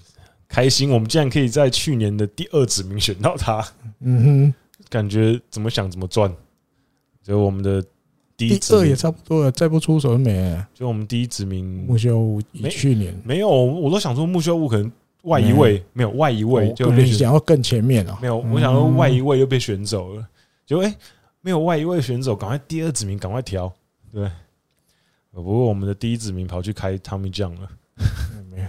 A: 开心，我们竟然可以在去年的第二指名选到他，
B: 嗯哼，
A: 感觉怎么想怎么赚。就我们的第一
B: 第
A: 指
B: 二也
A: 名，
B: 差不多了，再不出手就没了。
A: 就我们第一指名
B: 木秀武以
A: 没
B: 去年
A: 没有，我都想说木秀悟可能外一位没有外一位
B: 嗯哦我
A: 就
B: 可
A: 被
B: 能
A: 选
B: 想要更前面哦，
A: 没有，我想说外一位又被选走
B: 嗯
A: 了，就哎、没有外一位选走，赶快第二指名赶快调，对。呃不过我们的第一指名跑去开 Tommy John 了，
B: 嗯没有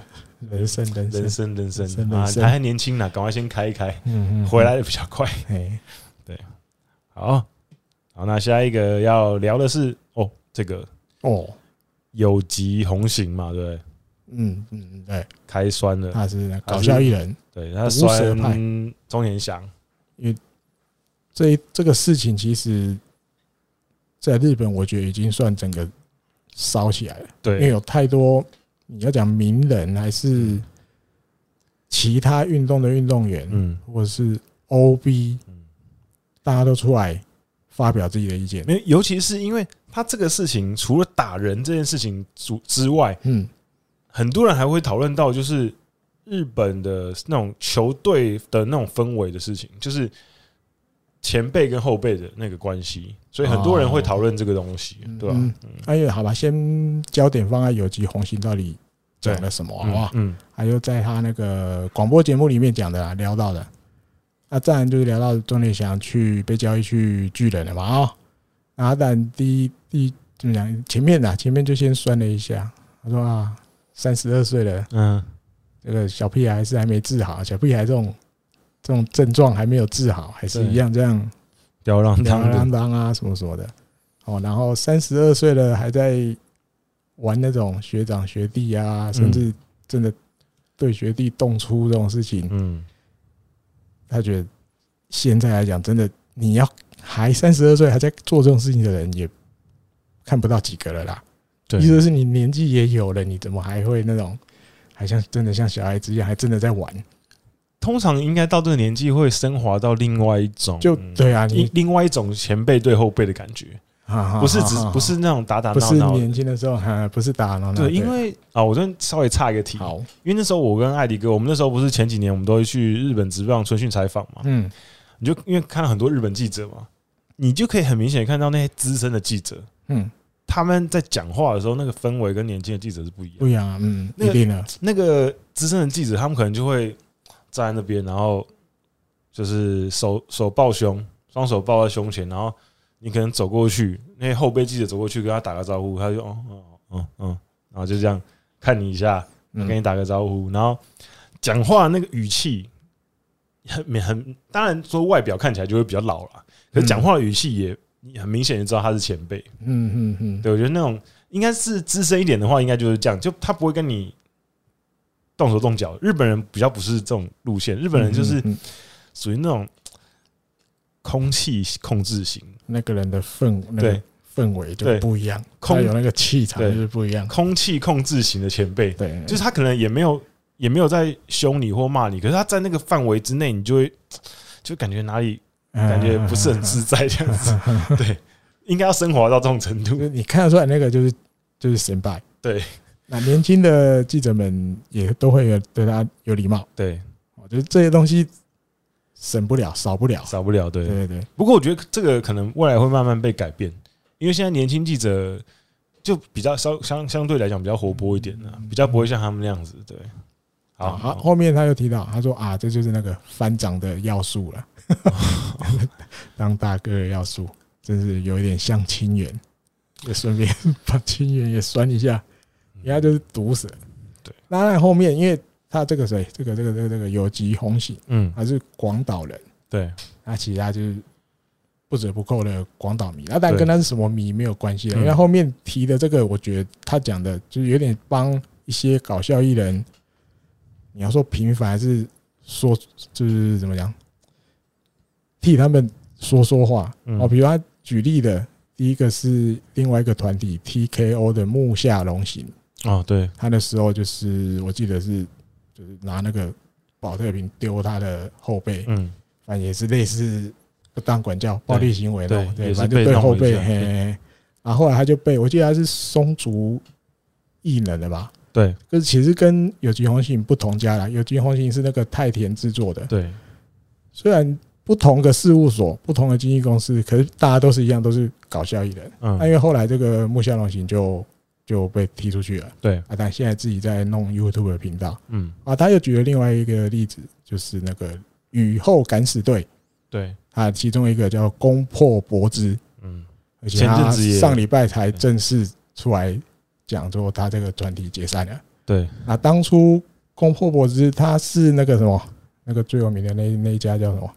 B: 人生人
A: 人
B: 生，
A: 生人生
B: 人生
A: 啊，
B: 人生
A: 他还年轻呢，赶快先开一开，
B: 嗯嗯，
A: 回来的比较快。
B: 哎，
A: 好，好，那下一个要聊的是哦，这个
B: 哦，
A: 有极红行嘛，对不对？
B: 嗯嗯嗯，对，
A: 开酸了，
B: 他是搞笑艺人，
A: 对，他
B: 毒蛇
A: 酸
B: 啊派
A: 中田翔，
B: 这一这个事情其实，在日本我觉得已经算整个烧起来了，因为
A: 对
B: 有太多你要讲名人还是其他运动的运动员，
A: 嗯
B: 或者是 OB，
A: 嗯，
B: 大家都出来发表自己的意见，
A: 没有，尤其是因为他这个事情，除了打人这件事情之之外，
B: 嗯，
A: 很多人还会讨论到就是日本的那种球队的那种氛围的事情，就是前辈跟后辈的那个关系，所以很多人会讨论这个东西，对吧、
B: 嗯哎呀，好吧，先焦点放在有机红星到底讲了什么，好
A: 嗯
B: 不好？
A: 嗯，
B: 还有在他那个广播节目里面讲的啊，聊到的。那当然就是聊到钟烈祥去被交易去巨人了嘛啊、哦，然后当然第一第一怎么讲，前面的、前面就先酸了一下，他说啊，三十二岁了，
A: 嗯，
B: 这个小屁孩是还没治好，小屁孩这种这种症状还没有治好，还是一样这样
A: 吊浪
B: 吊
A: 当
B: 儿郎
A: 的，
B: 当啊什么什么的。哦，然后三十二岁了还在玩那种学长学弟
A: 嗯
B: 啊，甚至真的对学弟动粗这种事情，
A: 嗯，
B: 他觉得现在来讲，真的你要还三十二岁还在做这种事情的人也看不到几个了啦。
A: 对
B: 意，思是你年纪也有了，你怎么还会那种还像真的像小孩子一样，还真的在玩？
A: 嗯通常应该到这个年纪会升华到另外一种，
B: 就
A: 嗯
B: 对啊，
A: 另
B: 你啊
A: 另外一种前辈对后辈的感觉，不
B: 不
A: 是只不是那种打打
B: 不
A: 闹
B: 是
A: 闹的。
B: 年轻的时候，哈，不是打闹闹。
A: 对，因为啊，我这边稍微岔一个题，
B: 好，
A: 因为那时候我跟艾迪哥，我们那时候不是前几年我们都会去日本职棒春训采访嘛，
B: 嗯，
A: 你就因为看到很多日本记者嘛，你就可以很明显地看到那些资深的记者，
B: 嗯，
A: 他们在讲话的时候，那个氛围跟年轻的记者是不一样的
B: 不。一样啊，嗯，
A: 那
B: 一
A: 个
B: 定的，
A: 那个资深的记者，他们可能就会站在那边，然后就是手手抱胸，双手抱在胸前，然后你可能走过去，那些后辈记者走过去跟他打个招呼，他就哦哦哦嗯，然后就这样看你一下，
B: 嗯
A: 跟你打个招呼，然后讲话那个语气很很，当然说外表看起来就会比较老了，可是讲话的语气也你很明显就知道他是前辈，
B: 嗯嗯嗯，
A: 对，我觉得那种应该是资深一点的话，应该就是这样，就他不会跟你动手动脚。日本人比较不是这种路线，日本人就是
B: 嗯嗯嗯
A: 属于那种空气控制型，
B: 那个人的氛那
A: 对
B: 个氛围就
A: 对
B: 不一样，
A: 空
B: 他有那个气场
A: 对
B: 就是不一样，
A: 空气控制型的前辈，
B: 对，
A: 就是他可能也没有也没有在凶你或骂你，可是他在那个范围之内，你就会就感觉哪里
B: 啊
A: 感觉不是很自在这样子。对，应该要升华到这种程
B: 就
A: 度。
B: 啊是你看得出来那个就是就是神拜。
A: 对，
B: 那年轻的记者们也都会有对他有礼貌，
A: 对，
B: 我觉得这些东西省不了，少不了。
A: 少不了对
B: 对对对，
A: 不过我觉得这个可能未来会慢慢被改变，因为现在年轻记者就比较稍相相对来讲比较活泼一点的、啊比较不会像他们那样子。对，好，
B: 嗯
A: 好，
B: 好，后面他又提到，他说啊，这就是那个翻掌的要素了，当大哥的要素，真是有一点像清源，也顺便把清源也酸一下，人家就是毒蛇。
A: 对，
B: 当然后面因为他这个谁，这个这个这个这个有吉红喜，
A: 嗯，
B: 他是广岛人。
A: 对，
B: 那其实他就是不折不扣的广岛迷，那但
A: 对
B: 跟他是什么迷没有关系的，
A: 嗯
B: 因为后面提的这个，我觉得他讲的就是有点帮一些搞笑艺人，你要说平凡还是说就是怎么讲，替他们说说话
A: 嗯
B: 哦，比如他举例的。第一个是另外一个团体 TKO 的木下龙行，
A: 哦，对，
B: 他那时候就是我记得是就是拿那个保特瓶丢他的后背，
A: 嗯，
B: 反正也是类似不当管教、暴力行为那种，
A: 对
B: 对，
A: 也是
B: 反正就
A: 被
B: 对
A: 弄
B: 后
A: 了一
B: 辈，
A: 下
B: 嘿
A: 对
B: 嘿嘿然后后来他就被我记得他是松竹艺人的吧，
A: 对
B: 就是其实跟有机红杏不同家啦，有机红杏是那个太田制作的，
A: 对
B: 虽然不同的事务所、不同的经纪公司，可是大家都是一样，都是搞笑艺人。那、因
A: 嗯
B: 为后来这个木下龙行就就被踢出去了
A: 对
B: 啊，但现在自己在弄 YouTube 的频道
A: 嗯
B: 啊。他又举了另外一个例子，就是那个雨后敢死队
A: 对
B: 啊，其中一个叫攻破柏之，
A: 嗯
B: 而且他
A: 前阵子也
B: 上礼拜才正式出来讲说他这个团体解散了。
A: 对
B: 啊，当初攻破柏之他是那个什么，那个最有名的那那一家叫什么？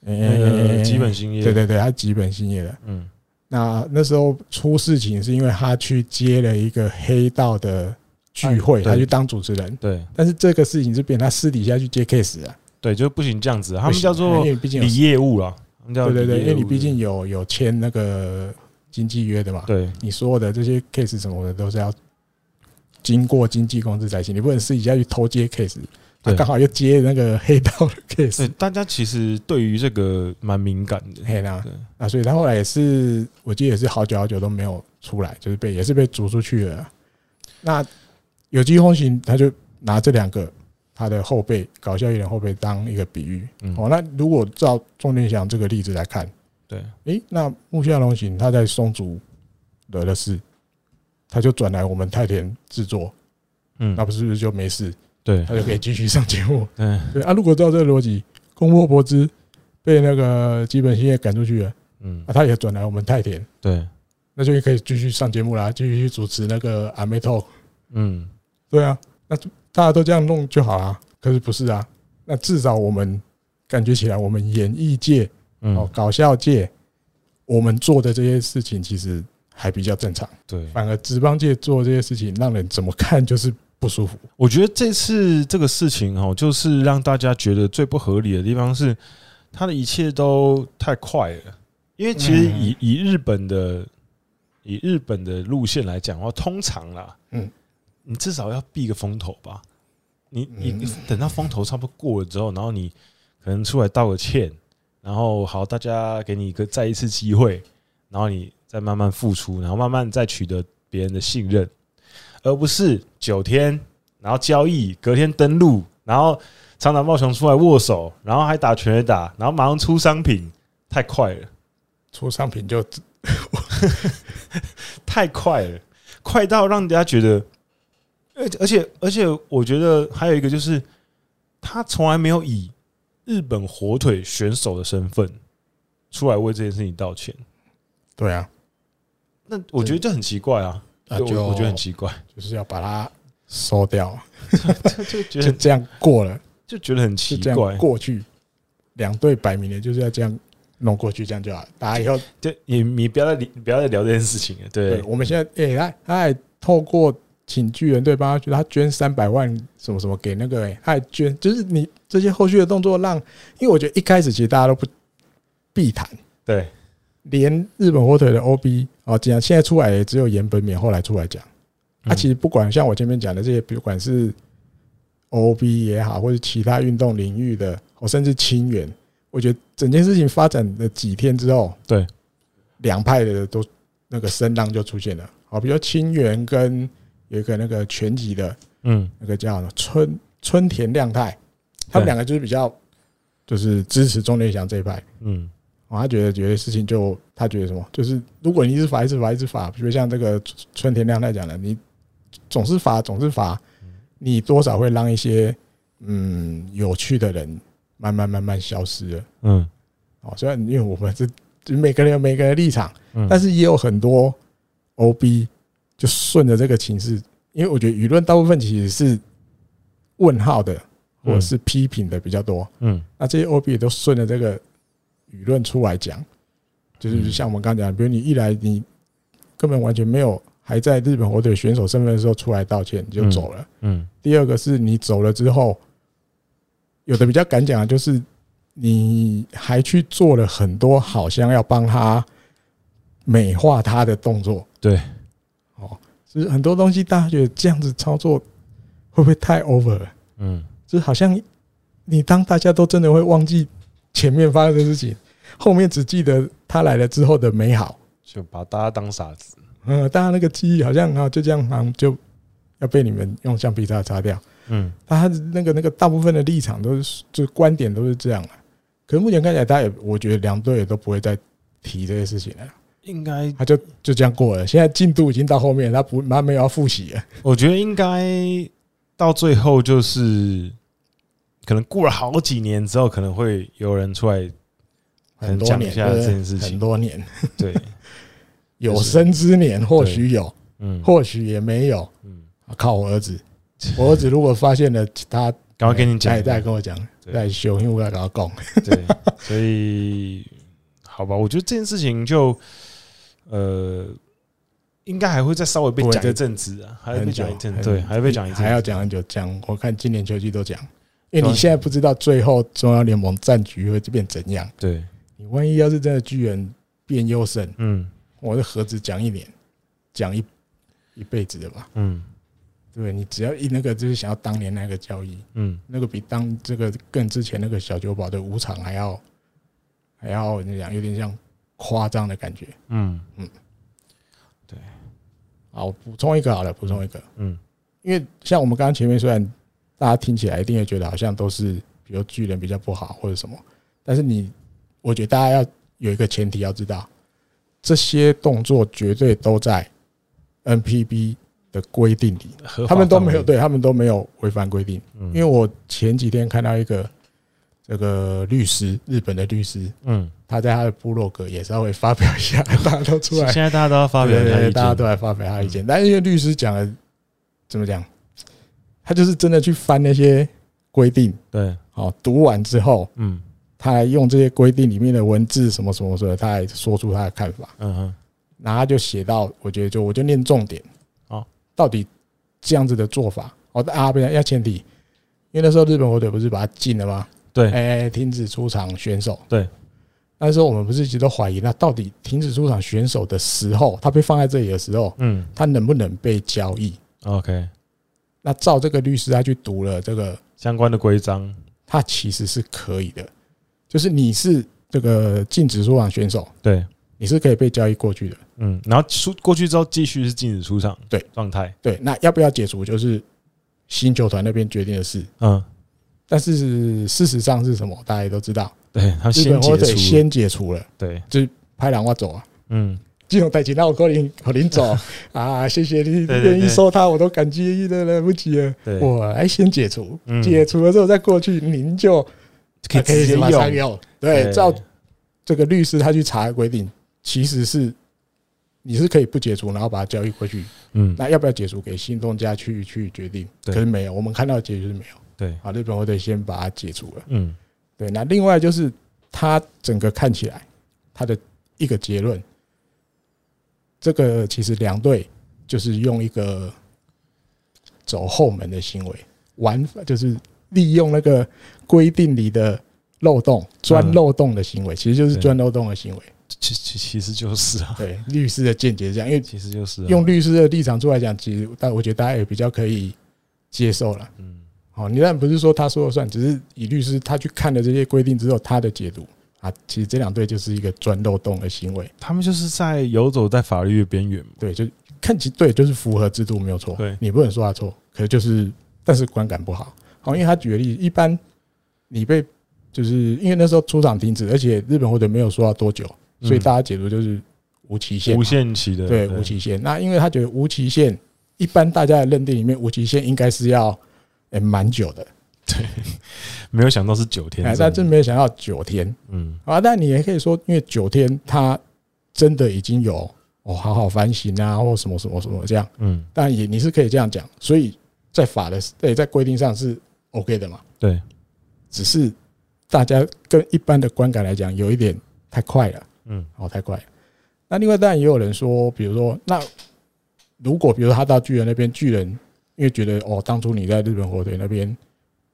A: 那
B: 诶
A: 个基本兴业
B: 哎对对对，他吉本兴业的。
A: 嗯
B: 那那时候出事情是因为他去接了一个黑道的聚会，
A: 哎对
B: 他去当主持人。
A: 对
B: 但是这个事情是变成他私底下去接 case 啊，
A: 对就不行这样子，啊他
B: 不
A: 们
B: 行哎
A: 叫做
B: 因为毕竟有
A: 理业务啦，他们叫
B: 对对对，
A: 理
B: 因
A: 业
B: 为你
A: 务
B: 毕竟有有签那个经纪约的嘛，
A: 对
B: 你所有的这些 case 什么的都是要经过经纪公司才行，你不能私底下去偷接 case。他
A: 对
B: 啊刚好又接那个 黑道的 case，
A: 对大家其实对于这个蛮敏感的，
B: 嘿啦
A: 对，
B: 啊，所以他后来也是，我记得也是好久好久都没有出来，就是被也是被逐出去了。啊那有机风行，他就拿这两个他的后辈搞笑艺人后辈当一个比喻。
A: 嗯
B: 哦，那如果照钟点祥这个例子来看，
A: 对
B: 诶，那木下龙行他在松竹惹了事，他就转来我们太田制作，
A: 嗯
B: 那不是不是就没事，
A: 对
B: 他就可以继续上节目？
A: 嗯
B: 对啊，如果照这个逻辑，攻破柏之被那个基本兴业赶出去了，
A: 嗯
B: 啊，他也转来我们太田，
A: 对
B: 那就可以继续上节目啦，继续去主持那个阿妹 talk。
A: 嗯
B: 对啊，那就大家都这样弄就好啦。可是不是啊？那至少我们感觉起来，我们演艺界哦
A: 嗯，
B: 搞笑界，我们做的这些事情其实还比较正常，
A: 对，
B: 反而职棒界做这些事情，让人怎么看就是不舒服。
A: 我觉得这次这个事情哦，就是让大家觉得最不合理的地方是，他的一切都太快了。因为其实以、以日本的以日本的路线来讲的话，通常啦，
B: 嗯，
A: 你至少要避个风头吧。你你
B: 嗯
A: 等到风头差不多过了之后，然后你可能出来道个歉，然后好，大家给你一个再一次机会，然后你再慢慢付出，然后慢慢再取得别人的信任，而不是九天，然后交易，隔天登录，然后长岛茂雄出来握手，然后还打拳也打，然后马上出商品，太快了，
B: 出商品就
A: 太快了，快到让人家觉得，而而且而且，我觉得还有一个就是，他从来没有以日本火腿选手的身份出来为这件事情道歉，
B: 对啊，
A: 那我觉得这很奇怪啊，
B: 那
A: 对
B: 就
A: 我我觉得很奇怪，
B: 就是要把它收 掉，啊
A: 就觉
B: 就
A: 得
B: 这样过了，
A: 就觉得很
B: 就
A: 奇
B: 这
A: 怪
B: 样，过去，两队摆明了就是要这样弄过去，这样就好。大家以后
A: 对，你你不要再理你不要再聊这件事情了，
B: 对
A: 对，
B: 我们现在哎、他他还透过请巨人队帮他觉得他捐三百万什么什么给那个、哎，他还捐，就是你这些后续的动作让，因为我觉得一开始其实大家都不避谈，
A: 对
B: 连日本火腿的 OB 哦，讲现在出来也只有岩本勉后来出来讲，他、
A: 嗯
B: 其实不管像我前面讲的这些，不管是 OB 也好，或者其他运动领域的，哦，甚至清源，我觉得整件事情发展了几天之后，
A: 对
B: 两派的都那个声浪就出现了。好，比如清源跟有一个那个拳击的
A: 嗯
B: 那个叫什么春春田亮太，他们
A: 对
B: 两个就是比较就是支持钟连祥这一派。
A: 嗯
B: 哦，他觉得觉得事情就他觉得什么，就是如果你一直罚一直罚一直罚，比如像这个春春田亮太讲的，你总是罚总是罚，你多少会让一些嗯有趣的人慢慢慢慢消失了。
A: 嗯
B: 哦，虽然因为我们是就是每个人有每个人的立场，
A: 嗯，
B: 但是也有很多 OB 就顺着这个情势，因为我觉得舆论大部分其实是问号的或者是批评的比较多，
A: 嗯
B: 那这些 OB 也都顺着这个舆论出来讲，就是
A: 嗯
B: 像我们刚刚讲，比如你一来你根本完全没有还在日本火腿选手身份的时候出来道歉，你就走了。
A: 嗯
B: 第二个是你走了之后，有的比较敢讲的就是你还去做了很多好像要帮他美化他的动作，
A: 对，
B: 哦，就是很多东西大家觉得这样子操作会不会太 over 了？
A: 嗯
B: 就是好像你当大家都真的会忘记前面发生的事情，后面只记得他来了之后的美好。
A: 就把大家当傻子。
B: 嗯，大家那个记忆好像啊，就这样好像就要被你们用橡皮擦擦掉。
A: 嗯，
B: 他那个那个大部分的立场都是，就观点都是这样啊。可是目前看起来，大家也我觉得两队也都不会再提这些事情了，
A: 应该
B: 他就就这样过了。现在进度已经到后面，他不他没有要复习了。
A: 我觉得应该到最后就是，可能过了好几年之后，可能会有人出来可
B: 很
A: 能
B: 多
A: 讲一
B: 年，
A: 下
B: 对
A: 这件事情
B: 很多年，
A: 对，
B: 有生之年或许有，
A: 嗯，
B: 或许也没有。
A: 嗯，
B: 啊靠我儿子，我儿子如果发现了他，
A: 赶快跟你讲
B: 哎，，再跟我讲，
A: 对
B: 再修，因为我要跟他讲。
A: 对，所以好吧，我觉得这件事情就呃，应该还会再稍微被
B: 不会
A: 讲
B: 再
A: 一阵子啊，还会被讲一阵
B: 很
A: 子，
B: 久
A: 对，还会被讲一阵子，
B: 还要讲很久，讲我看今年球季都讲，因为
A: 对啊
B: 你现在不知道最后中央联盟战局会变怎样。
A: 对，
B: 你万一要是真的巨人变优胜，
A: 嗯
B: 我这何止讲一年，讲一一辈子的吧？
A: 嗯
B: 对不对你只要一那个就是想要当年那个交易，
A: 嗯，
B: 那个比当这个更之前那个小酒保的五场还要还要你讲有点像夸张的感觉。
A: 嗯
B: 好，我补充一个好了，补充一个，
A: 嗯
B: 因为像我们刚刚前面虽然大家听起来一定会觉得好像都是比如巨人比较不好或者什么，但是你我觉得大家要有一个前提要知道，这些动作绝对都在 NPB 的规定里，
A: 合法
B: 他们都
A: 范围
B: 没有，对他们都没有违反规定。
A: 嗯
B: 因为我前几天看到一个这个律师，日本的律师，
A: 嗯，
B: 他在他的部落格也稍微发表一下， 大家都出来
A: 现在大家都要发表
B: 对
A: 一
B: 对
A: 下
B: 对
A: 意
B: 大家都
A: 见，嗯
B: 来发表他的意见。但是因为律师讲的怎么讲，他就是真的去翻那些规定，
A: 对，
B: 哦，读完之后，
A: 嗯
B: 他还用这些规定里面的文字什么什么什么，他还说出他的看法。
A: 嗯哼，
B: 然后他就写到，我觉得就我就念重点
A: 哦，
B: 到底这样子的做法，哦啊，不是要前提，因为那时候日本火腿不是把他禁了吗？
A: 对，
B: 哎，停止出场选手。
A: 对，
B: 那时候我们不是一直都怀疑，那到底停止出场选手的时候，他被放在这里的时候，
A: 嗯
B: 他能不能被交易？
A: ，OK，
B: 那照这个律师他去读了这个，
A: 相关的规章，
B: 他其实是可以的，就是你是这个禁止出场选手，
A: 对，
B: 你是可以被交易过去的。
A: 嗯，然后出过去之后继续是禁止出场，
B: 对
A: 状态，
B: 对，那要不要解除就是新球团那边决定的事。
A: 嗯，
B: 但是事实上是什么？大家也都知道，
A: 对，他们
B: 日
A: 先
B: 本
A: 解
B: 火腿
A: 除，
B: 先解除了，
A: 对，
B: 拍两我走啊。
A: 嗯，
B: 这种代情，那我可能可能 走啊！谢谢你
A: 对对
B: 愿意
A: 对
B: 收他，我都感激的来不及了。
A: 对，
B: 我来先解除，
A: 嗯
B: 解除了之后再过去，您就
A: 可以
B: 可以
A: 直接
B: 马上
A: 用，
B: 用。对，照这个律师他去查的规定，其实是你是可以不解除，然后把它交易过去。
A: 嗯，
B: 那要不要解除给新东家去去决定？可
A: 对
B: 是没有，我们看到的结局是没有。
A: 对，
B: 啊，日本火腿先把它解除了。
A: 嗯
B: 对，那另外就是他整个看起来他的一个结论，这个其实两队就是用一个走后门的行为，玩法就是利用那个规定里的漏洞钻漏洞的行为，其实就是
A: 嗯对
B: 钻漏洞 的行为。
A: 其其其实就是啊，
B: 对，律师的见解是这样，因为
A: 其实就是啊
B: 用律师的立场出来讲，其实但我觉得大家也比较可以接受了。
A: 嗯
B: 哦，你但不是说他说了算，只是以律师他去看了这些规定之后他的解读啊，其实这两队就是一个钻漏洞的行为，
A: 他们就是在游走在法律的边缘嘛，
B: 对，就看起对，就是符合制度没有错，
A: 对
B: 你不能说他错，可是就是但是观感不好，好、因为他举个例子，一般你被就是因为那时候出场停止，而且日本或者没有说要多久，
A: 嗯
B: 所以大家解读就是无期限嘛，
A: 无限期的，
B: 对无期限。那因为他觉得无期限，一般大家的认定里面无期限应该是要诶蛮、久的，
A: 没有想到是九天
B: 哎，
A: 样，
B: 但真没有想到九天。
A: 嗯
B: 啊，但你也可以说，因为九天他真的已经有哦，好好反省啊，或什么什么什么这样，
A: 嗯，
B: 但也你是可以这样讲，所以在法的对在规定上是 OK 的嘛，
A: 对，
B: 只是大家跟一般的观感来讲，有一点太快了，
A: 嗯
B: 哦，太快了。那另外当然也有人说，比如说，那如果比如说他到巨人那边，巨人因为觉得哦，当初你在日本火腿那边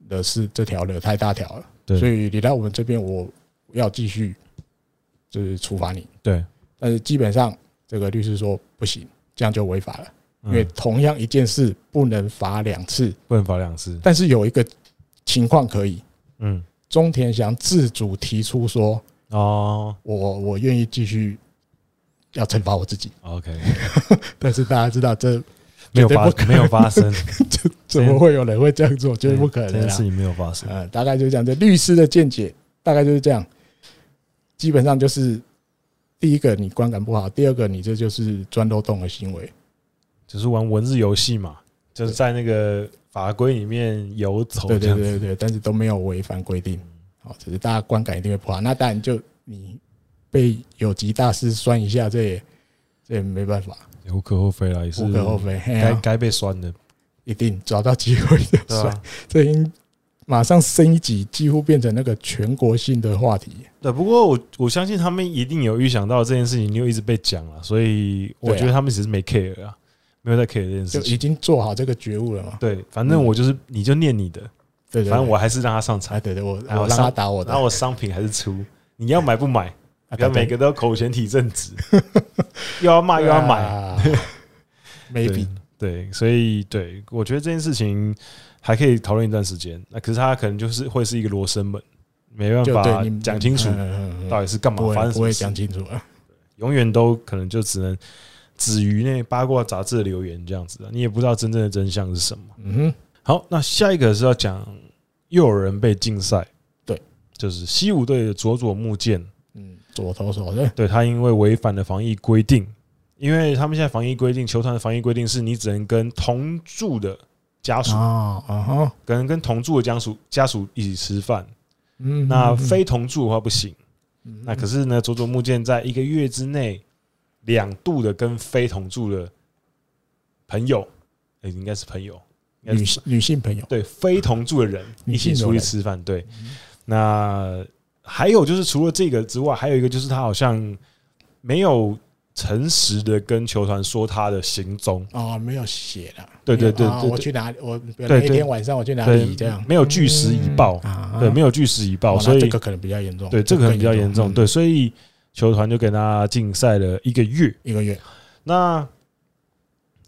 B: 的是这条惹太大条了，
A: 对
B: 所以你来我们这边，我要继续就是处罚你。
A: 对，
B: 但是基本上这个律师说不行，这样就违法了，因
A: 嗯
B: 为同样一件事不能罚两次，
A: 不能罚两次，
B: 但是有一个情况可以，
A: 嗯
B: 中田翔自主提出说，
A: 哦
B: 我我愿意继续要惩罚我自己，
A: ，OK，
B: 但是大家知道这
A: 没有
B: 绝对
A: 发
B: 不可
A: 没有发生，
B: 怎么会有人会这样 做，绝对不可
A: 这
B: 能啊
A: 件
B: 啦
A: 事。情没有发生。
B: 呃，大概就是这样。这律师的见解大概就是这样，基本上就是第一个你观感不好，第二个你这就是钻漏洞的行为。
A: 就是玩文字游戏嘛，就是在那个法规里面游走
B: 对
A: 这
B: 对
A: 样子。嗯
B: 对对，但是都没有违反规定，好，只是大家观感一定会不好。那当然就你被有级大师酸一下，这也这也没办法，
A: 无可厚非啦，也是
B: 无可厚非。嘿
A: 该
B: 啊
A: 该被酸的，
B: 一定找到机会就
A: 对啊
B: 酸
A: 吧。？
B: 这已经马上升一级，几乎变成那个全国性的话题。
A: 对，不过我我相信他们一定有预想到这件事情，又一直被讲了，所以我
B: 对啊
A: 觉得他们其实没 care 啊，没有在 care 这件
B: 就
A: 事
B: 已
A: 情。
B: 经做好这个觉悟了嘛？
A: 对，嗯反正我就是，你就念你的，
B: 对对对，
A: 反正我还是让他上场
B: 哎，，对对，我
A: 哎我
B: 我让
A: 上
B: 他打我的，
A: 然后我商品还是出，你要买不 买？
B: 啊
A: 不要每个都口嫌体正直， 又要骂又要买，
B: ，maybe
A: 对，对所以对我觉得这件事情还可以讨论一段时间。那可是它可能就是会是一个罗生门，没办
B: 就
A: 法
B: 对你
A: 讲清楚
B: 嗯嗯嗯嗯
A: 到底是干嘛
B: 不
A: 发生
B: 会不
A: 什么
B: 会
A: 事
B: 讲，清楚啊，
A: 永远都可能就只能止于那八卦杂志的留言这样子啊，你也不知道真正的真相是什么。
B: 嗯哼，
A: 好，那下一个是要讲又有人被禁赛，
B: 对，
A: 就是西武队的佐佐木健，
B: 嗯，左投手对，
A: 对他因为违反了防疫规定，因为他们现在防疫规定，球团的防疫规定是你只能跟同住的家属
B: 啊，啊哈，
A: 可能跟同住的家属家属一起吃饭，
B: 嗯，
A: 那
B: 嗯
A: 非同住的话不行。
B: 嗯
A: 那可是呢，佐佐木健在一个月之内两度的跟非同住的朋友，诶应该是朋友，应该是
B: 女性女性朋友，
A: 对非同住的人一
B: 女性
A: 起
B: 友
A: 出去
B: 人嗯
A: 吃饭。对，那还有就是除了这个之外，还有一个就是他好像没有诚实的跟球团说他的行踪，
B: 哦，没有写的，
A: 对对
B: 没有
A: 对
B: 啊
A: 对
B: 我
A: 对
B: 去哪里，我比
A: 对
B: 如那一
A: 对
B: 天晚上我去哪
A: 对
B: 里这样，，
A: 没有据实以报，
B: 啊，
A: 对，没
B: 有，
A: 有据实以
B: 哦
A: 报，
B: 那
A: 所以
B: 这个可能比较严重，
A: 对，这个可能比较严重，
B: 嗯，
A: 对，所以球团就给他禁赛了一个月。
B: 一个月，
A: 那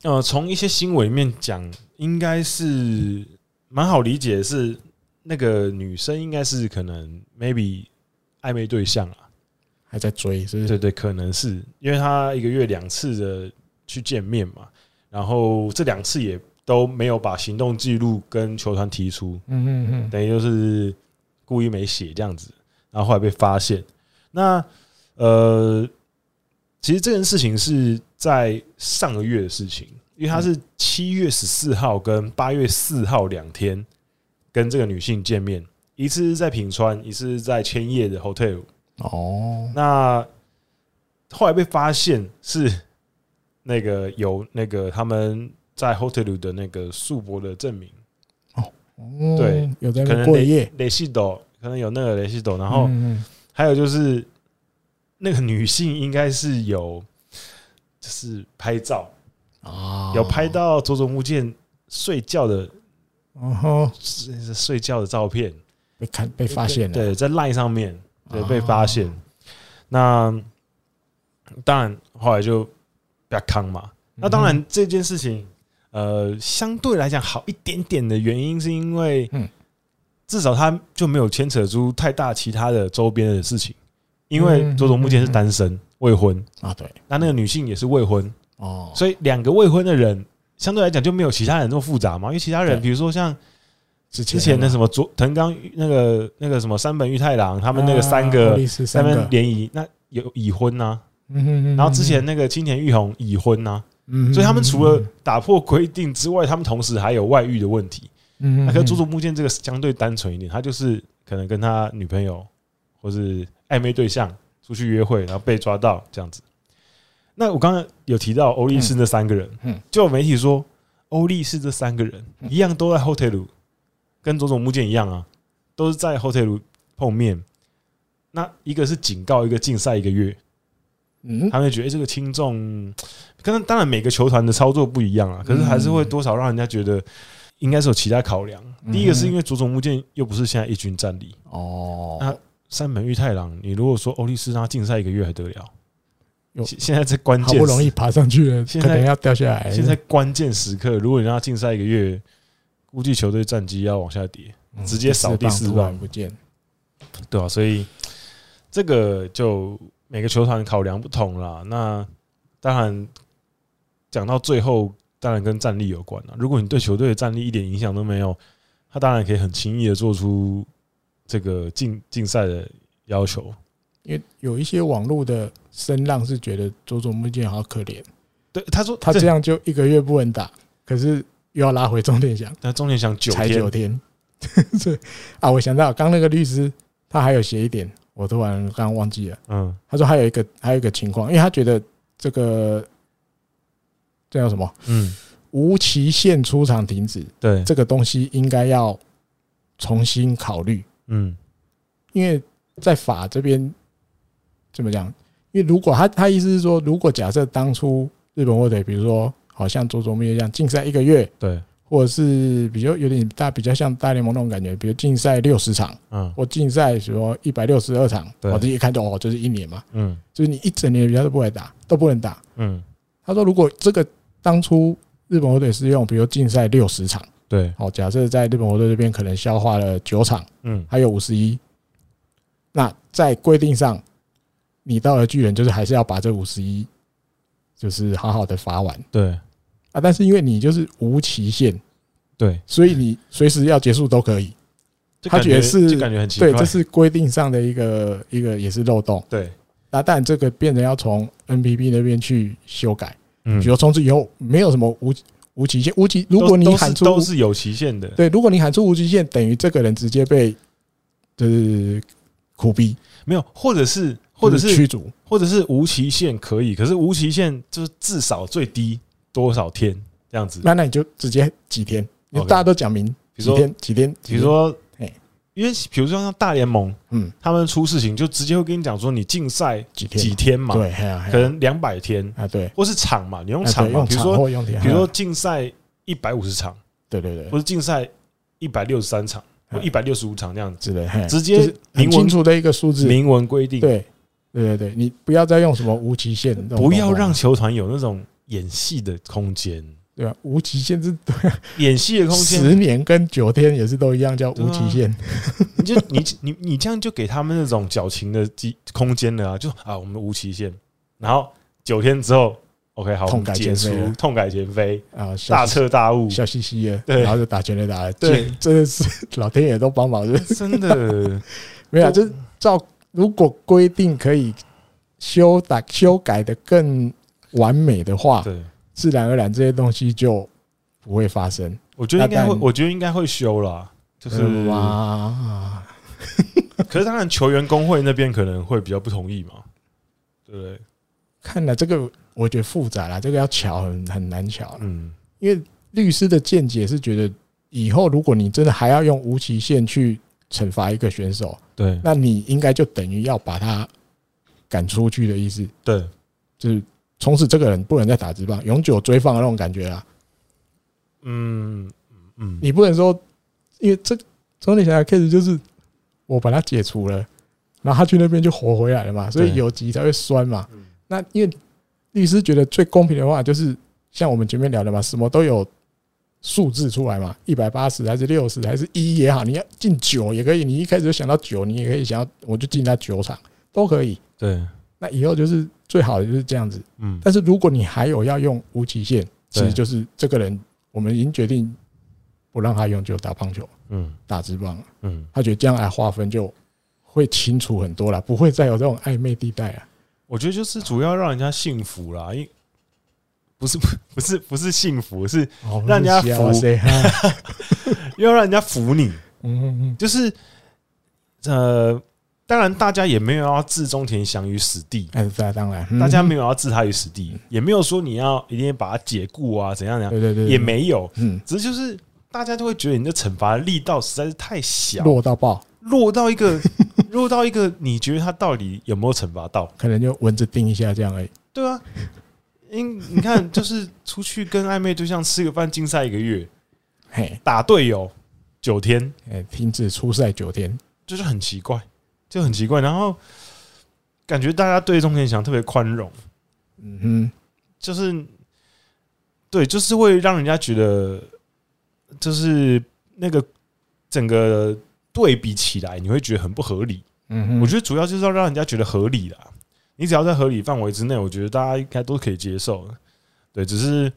A: 呃，从一些新闻里面讲，应该是蛮好理解的是，那个女生应该是可能 maybe 暧昧对象啊，
B: 还在追，是不是？
A: 对对，可能是因为她一个月两次的去见面嘛，然后这两次也都没有把行动记录跟球团提出，
B: 嗯嗯嗯，
A: 等于就是故意没写这样子，然后后来被发现。那呃，其实这件事情是在上个月的事情，因为他是七月十四号跟八月四号两天跟这个女性见面，一次是在品川，一次是在千叶的 hotel。
B: 哦，
A: 那后来被发现是那个有那个他们在 hotel 的那个宿泊的证明。
B: 嗯
A: 对，
B: 有在
A: 可
B: 那
A: 能
B: 边过夜，
A: 雷西斗可能有那个雷西斗，然后
B: 嗯嗯
A: 还有就是那个女性应该是有就是拍照，
B: 啊，
A: 有拍到佐佐木健睡觉的
B: 哦吼，
A: 是是睡觉的照片，
B: 被看被发现了，
A: 对，在 LINE 上面对
B: 啊
A: 被发现。那当然后来就比较康
B: 嗯
A: 嘛。那当然这件事情，呃，相对来讲好一点点的原因是因为
B: 嗯，
A: 至少他就没有牵扯出太大其他的周边的事情，因为
B: 嗯
A: 佐佐木健是单身未婚，
B: 啊，对，
A: 那那个女性也是未婚，
B: 哦，
A: 所以两个未婚的人。相对来讲就没有其他人那么复杂嘛，因为其他人
B: 对
A: 比如说像
B: 之前
A: 之前的什
B: 么，
A: 么佐藤冈那个那个什么山本裕太郎，他们那个三个
B: 是
A: 在
B: 啊三
A: 那
B: 个
A: 边，联谊，那有已婚呐、
B: 嗯哼嗯
A: 然后之前，那个青田玉红已婚呐、
B: 嗯
A: 所以他们除了，打破规定之外，他们同时还有外遇的问题。
B: 嗯
A: 那
B: 嗯
A: 跟佐佐木健这个相对单纯一点，他就是可能跟他女朋友或是暧昧对象出去约会，然后被抓到这样子。那我刚刚有提到欧力士那三个人，
B: 嗯嗯嗯
A: 就有媒体说欧力士这三个人一样都在 hotel，跟佐佐木健一样啊，都是在 hotel 碰面。那一个是警告，一个禁赛一个月，
B: 嗯，
A: 他们就觉得、欸这个轻重，跟当然每个球团的操作不一样啊，可是还是会多少让人家觉得应该是有其他考量。
B: 嗯
A: 第一个是因为佐佐木健又不是现在一军战力，那
B: 哦，
A: 山本裕太郎，你如果说欧力士让他禁赛一个月还得了？
B: 有
A: 现现在这关
B: 好
A: 键
B: 不容易爬上去了，
A: 现
B: 可
A: 在
B: 能要掉下来，
A: 现在关键时刻，如果你让他禁赛一个月，估计球队战绩要往下跌，
B: 嗯
A: 直接扫第四棒
B: 第四突然不见，
A: 对啊，所以这个就每个球团考量不同啦。那当然讲到最后，当然跟战力有关了。如果你对球队的战力一点影响都没有，他当然可以很轻易的做出这个竞竞赛的要求。
B: 因为有一些网络的声浪是觉得佐佐木健好可怜，
A: 对，他说
B: 他这，样就一个月不能打，可是又要拉回重点想，
A: 他中间想九
B: 才九
A: 天，
B: 天。 这啊，我想到刚那个律师，他还有写一点，我突然刚刚忘记了。
A: 嗯，
B: 他说还有一个还有一个情况，因为他觉得这个这叫什么
A: 嗯，
B: 无期限出场停止
A: 对，
B: 这个东西应该要重新考虑，
A: 嗯，
B: 因为在法这边怎么讲？因为如果他他意思是说，如果假设当初日本火腿，比如说好像佐佐木也这样禁赛一个月，
A: 对，
B: 或者是比较有点大比较像大联盟那种感觉，比如禁赛六十场
A: 嗯，
B: 或禁赛什么一百六十二场，
A: 对
B: 我这一看就哦，就是一年嘛，
A: 嗯，
B: 就是你一整年比赛都不会打，都不能打。
A: 嗯，
B: 他说，如果这个当初日本火腿是用，比如禁赛六十场，
A: 对，
B: 哦，假设在日本火腿这边可能消化了九场。
A: 嗯，
B: 还有五十一。那在规定上，你到了巨人就是还是要把这五十一，就是好好的罚完
A: 对，
B: 啊。但是因为你就是无期限，
A: 对，
B: 所以你随时要结束都可以。
A: 就
B: 他
A: 感
B: 觉得是
A: 就感觉很奇怪，
B: 对，这是规定上的一个一个也是漏洞。
A: 对，
B: 那但这个变成要从 NPB 那边去修改，
A: 嗯
B: 比如从此以后没有什么无无期限，无期如
A: 都
B: 果你
A: 都
B: 喊
A: 是
B: 出
A: 都是有期限的，
B: 对，如果你喊出无期限，等于这个人直接被就是苦逼，
A: 没有，或者是或者
B: 就是驱逐。
A: 或者是无期限可以，可是无期限就是至少最低多少天这样子。
B: 那那你就直接几天，你
A: OK
B: 大家都讲明，
A: 比
B: 几
A: 如说，
B: 天几天，
A: 比如说
B: 嘿，
A: 因为比如说像大联盟，
B: 嗯
A: 他们出事情就直接会跟你讲说你禁赛
B: 几天
A: 几天嘛，
B: 对，嘿啊嘿啊
A: 可能两百天，
B: 啊对，
A: 或是场嘛，你用
B: 啊
A: 场
B: 对
A: 嘛，
B: 用
A: 比如
B: 场
A: 说
B: 或用天，
A: 比如说
B: 啊
A: 禁赛一百五十场，
B: 对对对
A: 或是禁赛一百六十三场或一
B: 嗯
A: 百六十五场这样子，
B: 之类，嘿
A: 直接
B: 就是很
A: 明文
B: 清楚的一个数字，对
A: 明文规定，
B: 对对对，你不要再用什么无极限这种东
A: 不
B: 西啊，
A: 要让球团有那种演戏的空间，
B: 对啊，无极限是啊
A: 演戏的空间
B: 十年跟九天也是都一样叫
A: 对啊
B: 无极限，
A: 你就你你你这样就给他们那种矫情的机空间了啊！就啊，我们无期限，然后九天之后，OK，好，我
B: 痛
A: 们
B: 改
A: 解
B: 前非
A: 除
B: 了
A: 痛改前非，
B: 啊，笑
A: 大
B: 嘻
A: 彻大悟，
B: 笑嘻嘻的，
A: 对
B: 然后就打全垒打了，
A: 对
B: 这，真的是 老天爷都帮忙，就是
A: 真 的
B: 没有啊，就是照如果规定可以修改修改的更完美的话，
A: 对。
B: 自然而然这些东西就不会发生。
A: 我觉得应该
B: 那
A: 会，
B: 但
A: 我觉得应该会修啦。就是，
B: 哇，
A: 可是当然球员工会那边可能会比较不同意嘛，对不对？
B: 看来这个我觉得复杂啦，这个要巧很很难巧啦。
A: 嗯，
B: 因为律师的见解是觉得，以后如果你真的还要用无期限去惩罚一个选手，
A: 对
B: 那你应该就等于要把他赶出去的意思，
A: 对，
B: 就是从此这个人不能再打职棒，永久追放的那种感觉啊啦。
A: 嗯嗯，
B: 你不能说，因为这从你想想 case 就是我把他解除了，然后他去那边就活回来了嘛，所以
A: 对
B: 有急才会酸嘛
A: 嗯。
B: 那因为律师觉得最公平的话，就是像我们前面聊的嘛，什么都有数字出来嘛，一百八十还是六十还是一也好，你要进九也可以，你一开始就想到九，你也可以想要我就进他九场都可以。
A: 对，
B: 那以后就是最好的就是这样子。
A: 嗯
B: 但是如果你还有要用无期限，其
A: 对
B: 实就是这个人我们已经决定不让他永久打棒球。
A: 嗯
B: 打职棒，
A: 嗯，
B: 他觉得这样来划分就会清楚很多了，不会再有这种暧昧地带啊了。
A: 我觉得就是主要让人家幸福啦，因不是不是不是幸福，是
B: 哦
A: 让人家
B: 幸せ哈
A: 要让人家服你。
B: 嗯嗯
A: 就是呃，当然大家也没有要置中田翔于死地，
B: 嗯，那当然，嗯
A: 大家没有要置他于死地，也没有说你要一定要把他解雇啊，怎样怎样，
B: 对对对，对
A: 也，没有，
B: 嗯，
A: 只是就是大家就会觉得你的惩罚力道实在是太小，
B: 弱到爆，
A: 落到一个 落到一个，你觉得他到底有没有惩罚到？
B: 可能就蚊子叮一下这样而已。
A: 对啊，因你看，就是出去跟暧昧对象吃个饭，竞赛一个月，
B: 嘿，
A: 打队友九天，
B: 哎，停止出赛九天，
A: 就是很奇怪，就很奇怪。然后感觉大家对钟田翔特别宽容，
B: 嗯哼，
A: 就是对，就是会让人家觉得，就是那个整个对比起来，你会觉得很不合理。
B: 嗯哼，
A: 我觉得主要就是要让人家觉得合理啦。你只要在合理范围之内，我觉得大家应该都可以接受的。对，只是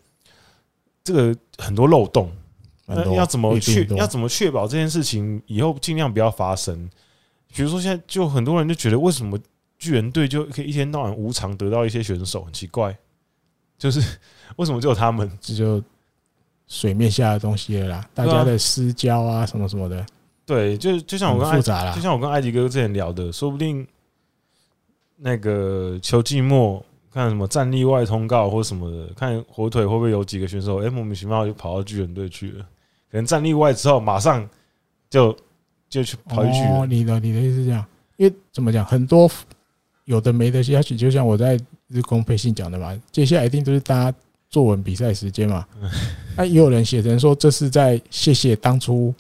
A: 这个很多漏洞，
B: 蛮
A: 那
B: 多
A: 要怎么
B: 一定
A: 确
B: 多
A: 要怎么确保这件事情以后尽量不要发生？比如说现在就很多人就觉得，为什么巨人队就可以一天到晚无偿得到一些选手，很奇怪，就是 为什么只有他们？
B: 这就水面下的东西了啦，大家的私交啊什么什么的，
A: 对，就就像我跟
B: 很
A: 艾
B: 复，杂啦
A: 就。像我跟艾迪哥之前聊的，说不定那个球季末看什么战例外通告或什么的，看火腿会不会有几个选手，哎、莫名其妙就跑到巨人队去了，可能战例外之后马上就就去跑去巨人。
B: 哦，你的你的意思是这样，因为怎么讲，很多有的没的，也许就像我在日工培训讲的嘛，接下来一定都是大家作文比赛时间嘛。
A: 嗯
B: 那也有人写成说这是在谢谢当初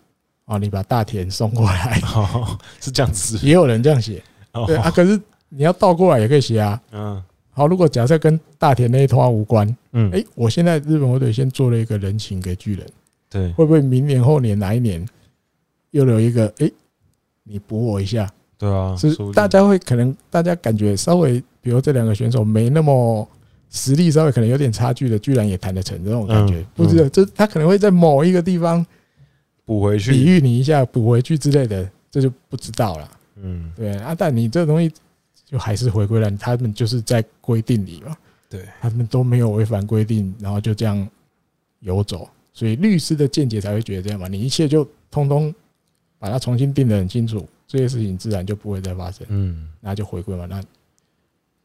B: 啊，你把大田送 过来，
A: 哦，是这样子。
B: 也有人这样写。
A: 哦
B: 对啊，可是你要倒过来也可以写啊。
A: 嗯
B: 好，如果假设跟大田那一团无关，
A: 嗯，
B: 哎、我现在日本火腿先做了一个人情给巨人，
A: 对，
B: 会不会明年后年哪一年又有一个哎、诶你补我一下？
A: 对啊，
B: 是
A: 说不定
B: 大家会可能大家感觉稍微，比如这两个选手没那么实力，稍微可能有点差距的，居然也谈得成这种感觉
A: 嗯，
B: 不知道，这他可能会在某一个地方
A: 补回
B: 比
A: 去，
B: 喻你一下，补回去之类的，这就不知道了。
A: 嗯，
B: 对啊，但你这东西就还是回归了，他们就是在规定里嘛，
A: 对，
B: 他们都没有违反规定，然后就这样游走，所以律师的见解才会觉得这样嘛，你一切就通通把它重新定得很清楚，这些事情自然就不会再发生。
A: 嗯，
B: 那就回归嘛。那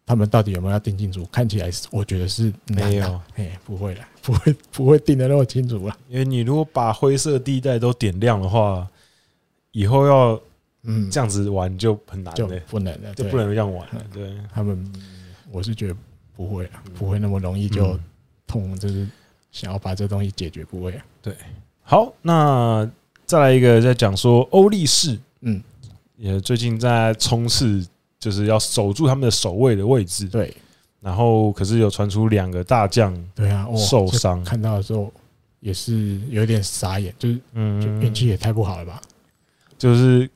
B: 他们到底有没有要定清楚？看起来是，我觉得是难啊
A: 没有，
B: 哎，不会啦， 不会不会定的那么清楚了。
A: 因为你如果把灰色地带都点亮的话，以后要
B: 嗯，
A: 这样子玩就很难
B: 就
A: 了，
B: 不能了，
A: 就
B: 对
A: 不能这样玩了，对，
B: 他们，我是觉得不会啦
A: 嗯，
B: 不会那么容易就
A: 嗯
B: 痛，就是想要把这东西解决，不会啊。
A: 好，那再来一个，在讲说欧力士，
B: 嗯，
A: 也最近在冲刺，就是要守住他们的守卫的位置，
B: 对
A: 然后可是有传出两个大将
B: 对啊，哦
A: 受
B: 这
A: 伤，
B: 看到的时候也是有点傻眼，就是就
A: 嗯，
B: 运气也太不好了吧。
A: 就是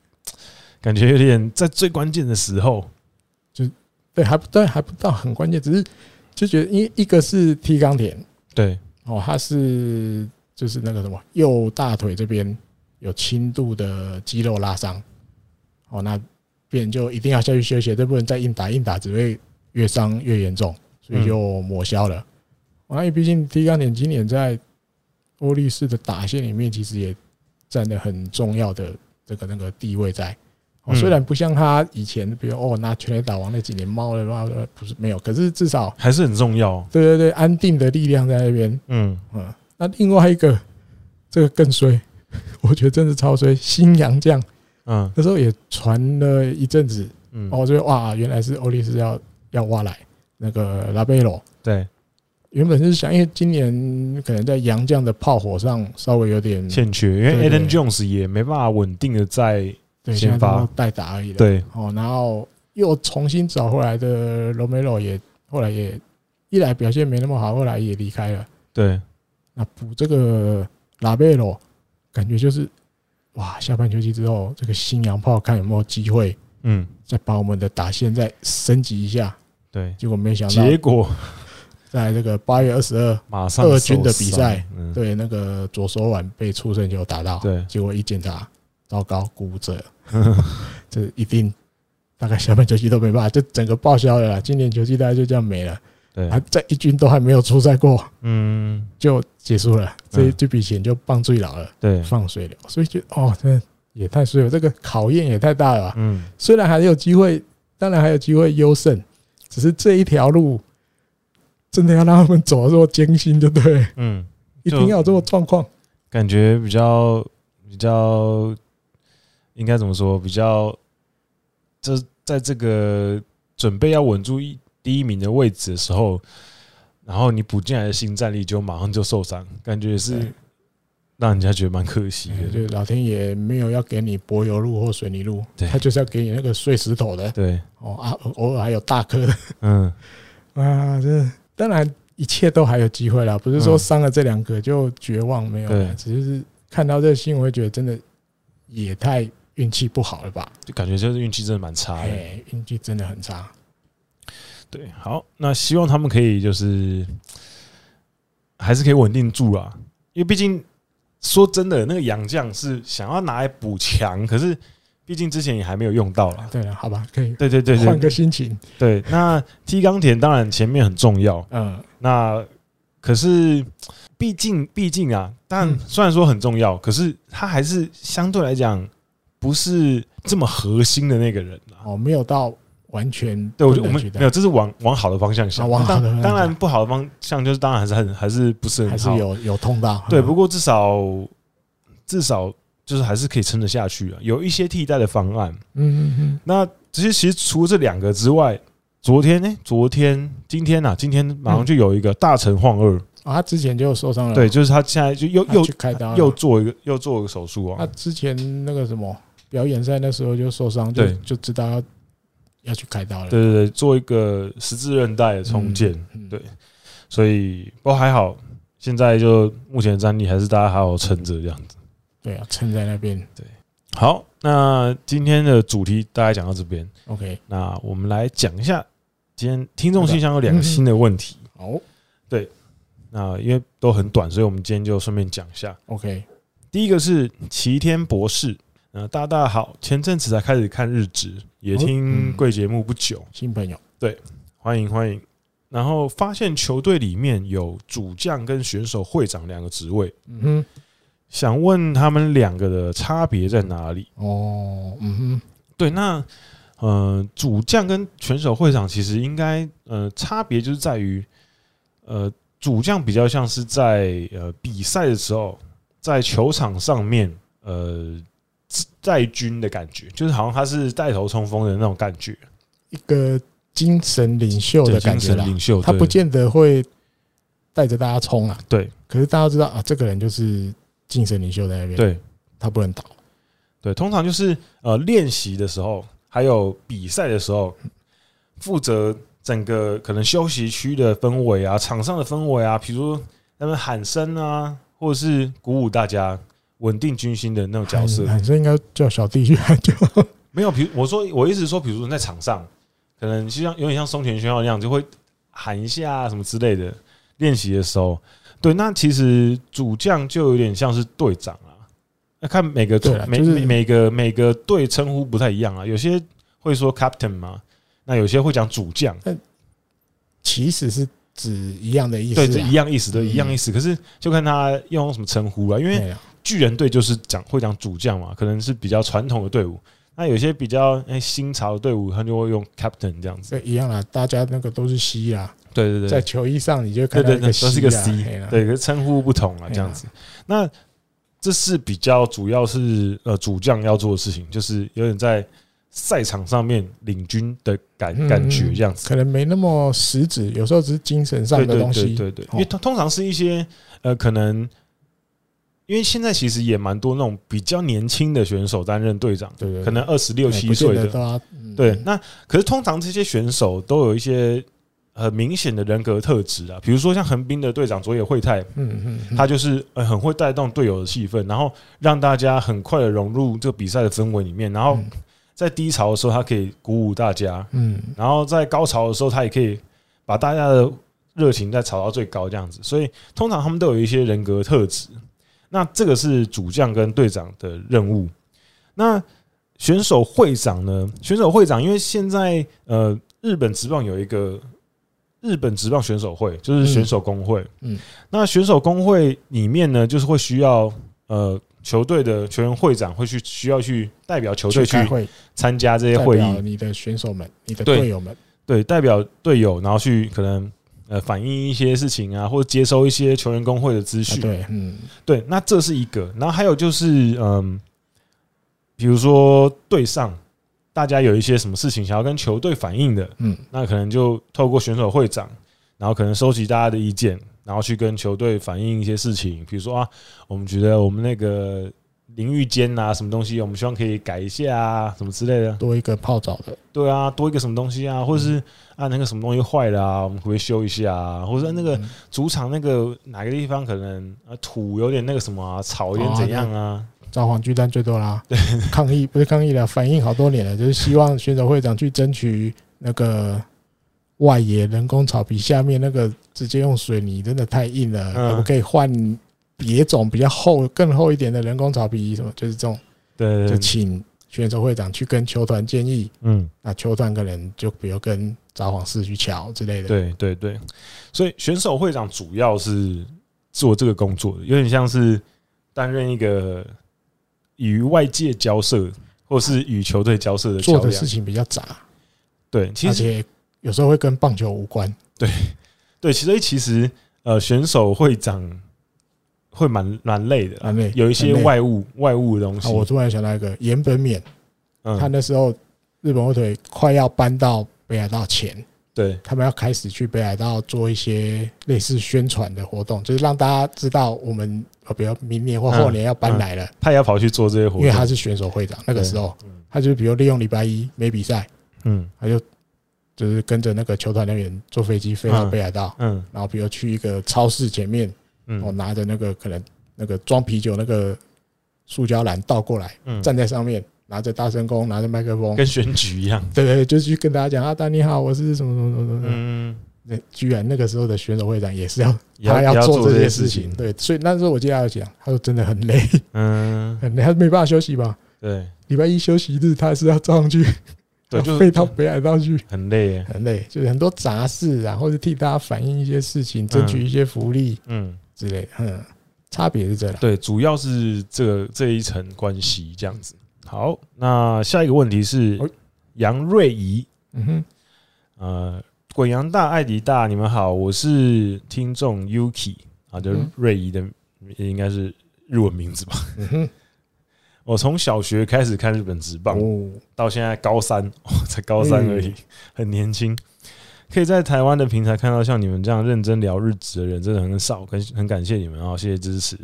A: 感觉有点在最关键的时候，
B: 对，还不对，还不到很关键，只是就觉得，因为一个是踢钢铁，
A: 对，
B: 哦，他是就是那个什么右大腿这边有轻度的肌肉拉伤，哦，那病人就一定要下去休息，这不能再硬打，硬打只会越伤越严重，所以就抹消了。哦那因为毕竟踢钢点今年在欧力士的打线里面，其实也占了很重要的这个那个地位在。哦，
A: 嗯
B: 虽然不像他以前，比如哦拿全垒打王那几年猫了猫了，不是没有，可是至少
A: 还是很重要，
B: 对对对，安定的力量在那边。
A: 嗯，
B: 嗯，那另外一个，这个更衰， 我觉得真是超衰。新洋将
A: 嗯
B: 那时候也传了一阵子，
A: 嗯，
B: 哦，我觉得哇，原来是欧力士要要挖来那个拉贝罗。
A: 对，
B: 原本是想，因为今年可能在洋将的炮火上稍微有点
A: 欠缺，因为
B: 对
A: Aden
B: 对
A: Jones 也没办法稳定的在
B: 对，
A: 先
B: 现在
A: 发
B: 都代打而已了。，
A: 对，
B: 哦，然后又重新找回来的罗梅罗也后来也一来表现没那么好，后来也离开了。
A: 对，
B: 那补这个拉贝罗，感觉就是哇，下半球季之后，这个新洋炮看有没有机会
A: 嗯，
B: 再把我们的打线再升级一下。
A: 对，
B: 结果没想到，
A: 结果嗯
B: 在这个八月二十二，
A: 马上
B: 二军的
A: 受
B: 比
A: 伤
B: 赛，
A: 嗯，
B: 对那个左手腕被畜生球打到，
A: 对
B: 结果一检查，糟糕，骨折，这一定大概下半球季都没办法，这整个报销了啦。今年球季大概就这样没了，还
A: 对，
B: 在一军都还没有出赛过
A: 嗯，
B: 就结束了，这
A: 嗯
B: 这笔钱就棒最老了。
A: 对，
B: 放水流，所以就哦，真的也太衰了，这个考验也太大了吧。
A: 嗯，
B: 虽然还有机会，当然还有机会优胜，只是这一条路真的要让他们走得这么艰辛，就 对了，
A: 嗯，
B: 一定要有这么状况。
A: 感觉比较比较应该怎么说？比较这在这个准备要稳住一第一名的位置的时候，然后你补进来的新战力就马上就受伤，感觉也是
B: 对
A: 让人家觉得蛮可惜
B: 嗯
A: 的。
B: 哎就是老天爷没有要给你柏油路或水泥路
A: 对，
B: 他就是要给你那个碎石头的
A: 对，
B: 哦啊，偶尔还有大颗的
A: 嗯，
B: 啊，这当然一切都还有机会啦，不是说
A: 嗯
B: 伤了这两个就绝望没有啦
A: 对，
B: 只是看到这个新闻会觉得真的也太运气不好了吧？
A: 就感觉就是运气真的蛮差的。
B: 哎，运气真的很差。
A: 对，好，那希望他们可以就是还是可以稳定住啦，因为毕竟说真的，那个洋将是想要拿来补强，可是毕竟之前也还没有用到啦。
B: 对了，好吧，可以
A: 对对对
B: 换
A: 对
B: 个心情。
A: 对，那踢钢铁当然前面很重要，
B: 嗯，
A: 那可是毕竟毕竟啊，但
B: 嗯
A: 虽然说很重要，可是他还是相对来讲不是这么核心的那个人啦。
B: 哦，没有到完全
A: 对，我觉得
B: 不
A: 我
B: 能
A: 们
B: 取代
A: 没有，这是往往好的方向想。
B: 啊往好的
A: 当
B: 方向
A: 当然不好的方向就是当然还是很还是不是很好，
B: 还是有有痛到。
A: 对。
B: 嗯
A: 不过至少至少就是还是可以撑得下去啊，有一些替代的方案。
B: 嗯嗯嗯，
A: 那其实其实除了这两个之外，昨天呢、昨天今天呐、啊，今天马上就有一个大成晃二，
B: 啊，他之前就受伤了，
A: 对，，就是他现在就又又
B: 去开刀了
A: 又做一个又做一个手术
B: 他
A: 哦，
B: 之前那个什么表演赛那时候就受伤，就
A: 对
B: 就知道要要去开刀了。
A: 对对对，做一个十字韧带的重建。
B: 嗯，
A: 对所以不过还好，现在就目前的战力还是大家还好撑着这样子。
B: 对啊，撑在那边。
A: 好，那今天的主题大概讲到这边，
B: OK，
A: 那我们来讲一下今天听众信箱有两个新的问题。
B: 好
A: 那因为都很短，所以我们今天就顺便讲一下。
B: ，OK，
A: 第一个是齐天博士，呃，大大好，前阵子才开始看日职，也听贵节目不久，
B: 新朋友，
A: 欢迎欢迎。然后发现球队里面有主将跟选手会长两个职位，
B: 嗯
A: 想问他们两个的差别在哪里？
B: 哼，哦，嗯哼，
A: 对，那呃，主将跟选手会长其实应该呃差别就是在于，呃，主将比较像是在呃比赛的时候，在球场上面呃在军的感觉，就是好像他是带头冲锋的那种感觉，
B: 一个精神领袖的感
A: 精
B: 觉
A: 神
B: 啦，
A: 领袖，
B: 他
A: 对
B: 不见得会带着大家冲啊，
A: 对
B: 可是大家知道啊，这个人就是精神领袖在那边，，
A: 对
B: 他不能倒，
A: 对，通常就是呃练习的时候，还有比赛的时候，负责整个可能休息区的氛围啊，场上的氛围啊，比如说他们喊声啊，或者是鼓舞大家稳定军心的那种角色。
B: 男生应该叫小弟去喊就好，
A: 没有，比如我说我一直说，比如说在场上，可能就像有点像松田宣浩那样，就会喊一下、啊、什么之类的。练习的时候，对，那其实主将就有点像是队长啊。那看每个
B: 对啦啊
A: 每
B: 就是
A: 每每个每个队称呼不太一样啊，有些会说 captain 嘛，那有些会讲主将，
B: 其实是指一样的意思
A: 对，
B: 啊，
A: 这一样意思，对，
B: 嗯
A: 一样意思。可是就看他用什么称呼了，因为
B: 对啊，
A: 巨人队就是讲会讲主将嘛，可能是比较传统的队伍。那有些比较哎新潮的队伍，他就会用 captain 这样子。
B: 这一样啦，大家那个都是 C 啦，
A: 对对对，
B: 在球衣上你就
A: 对
B: 看到
A: 对
B: 一
A: 对，
B: 个
A: 都
B: 啊哎 C 啦，
A: 是一个
B: 嘿啦
A: C，，对，可是称呼不同啊，
B: 嘿啦
A: 这样子。那这是比较主要是呃主将要做的事情，就是有点在赛场上面领军的感
B: 嗯
A: 感觉这样子。
B: 可能没那么实质，有时候只是精神上
A: 对
B: 的
A: 对
B: 东
A: 对
B: 西，
A: 对对，
B: 哦
A: 因为通通常是一些呃可能。因为现在其实也蛮多那种比较年轻的选手担任队长，
B: 对对，哎
A: 可能二十六
B: 六
A: 七岁的，
B: 都要，嗯
A: 对，那可是通常这些选手都有一些很明显的人格特质啊，比如说像横滨的队长佐野惠太，
B: 嗯嗯嗯，
A: 他就是呃很会带动队友的气氛，然后让大家很快的融入这个比赛的氛围里面，然后
B: 嗯
A: 在低潮的时候他可以鼓舞大家，
B: 嗯，
A: 然后在高潮的时候他也可以把大家的热情再炒到最高这样子，所以通常他们都有一些人格特质。那这个是主将跟队长的任务。那选手会长呢？选手会长因为现在呃日本职棒有一个日本职棒选手会，就是选手工会。
B: 嗯嗯
A: 那选手工会里面呢，就是会需要呃球队的球员会长会去需要去代表球队去
B: 开会
A: 参加这些
B: 代
A: 会
B: 表
A: 议，
B: 你的选手们、你的
A: 对
B: 队友们，
A: 对，代表队友，然后去可能呃反映一些事情啊，或者接收一些球员工会的资
B: 啊
A: 讯。
B: 对，嗯，
A: 对，那这是一个。然后还有就是，嗯，比如说队上大家有一些什么事情想要跟球队反映的，
B: 嗯，
A: 那可能就透过选手会长，然后可能收集大家的意见，然后去跟球队反映一些事情，比如说啊，我们觉得我们那个淋浴间啊，什么东西，我们希望可以改一下啊，什么之类的。
B: 多一个泡澡的，
A: 对啊，多一个什么东西
B: 嗯
A: 啊，或者是啊那个什么东西坏了啊，我们可不可以修一下啊？或者是那个
B: 嗯
A: 主场那个哪个地方可能啊土有点那个什么啊，草有点
B: 哦
A: 怎样啊？
B: 找黄巨蛋最多啦，抗议不是抗议了，反映好多年了，就是希望选手会长去争取那个外野人工草皮下面那个直接用水泥，真的太硬了，
A: 嗯
B: 可不可以换别种比较厚、更厚一点的人工草皮？什么就是这种，
A: 对，
B: 就请选手会长去跟球团建议，
A: 嗯，
B: 那球团可能就比如跟札幌市去瞧之类的。
A: 对对对，所以选手会长主要是做这个工作的，有点像是担任一个与外界交涉或是与球队交涉的
B: 做
A: 桥
B: 的
A: 梁
B: 事。情比较杂，
A: 对，其
B: 而
A: 实
B: 且有时候会跟棒球无关。
A: 对，其实其实呃，选手会长会蛮蛮累的啦，
B: 蛮累
A: 啊有一些
B: 哎蛮累
A: 外务外务的东
B: 啊，
A: 西。
B: 我突然想到一个岩本勉，他
A: 嗯，
B: 那时候日本火腿快要搬到北海道前，
A: 对，
B: 他们要开始去北海道做一些类似宣传的活动，就是让大家知道我们呃，比如明年
A: 嗯
B: 或后年要搬来了，
A: 他也要跑去做这些活
B: 因为他
A: 动。
B: 是选手会长，那个时候
A: 嗯
B: 他就比如利用礼拜一没比赛，
A: 嗯
B: 他就就是跟着那个球团人员坐飞机飞到北海道，
A: 嗯
B: 然后比如去一个超市前面，我
A: 嗯
B: 拿着哦那个可能那个装啤酒那个塑胶篮倒过来，
A: 嗯，
B: 站在上面，拿着大声公，拿着麦克风，
A: 跟选举一样。
B: 对对，就是去跟大家讲啊，丹你好，我是什么什么什么什么。
A: 嗯，
B: 那居然那个时候的选手会长也是要
A: 也
B: 他
A: 也要
B: 做
A: 这
B: 些
A: 事
B: 情，。对，所以那时候我记得他有讲，他说真的很累，
A: 嗯，
B: 很累，他没办法休息吧？
A: 对
B: 礼拜一休息日他是要照上去，
A: 对，就
B: 飞
A: 是
B: 到北海道去，
A: 很累耶。
B: 很累，就是很多杂事啊，或者替大家反映一些事情，争取一些福利
A: 嗯，
B: 之类的，嗯，差别是这样。
A: 对，主要是这个这一层关系这样子。好，那下一个问题是
B: 哎
A: 杨瑞怡，
B: 嗯哼，
A: 呃，滚阳大、艾迪大，你们好，我是听众 Yuki 啊，就是
B: 嗯
A: 瑞怡的，应该是日文名字吧。
B: 嗯哼，
A: 我从小学开始看日本职棒，
B: 哦，嗯哎
A: 到现在高三，哦，才高三而已，很年轻。可以在台湾的平台看到像你们这样认真聊日职的人，真的很少，很很感谢你们啊、谢谢支持。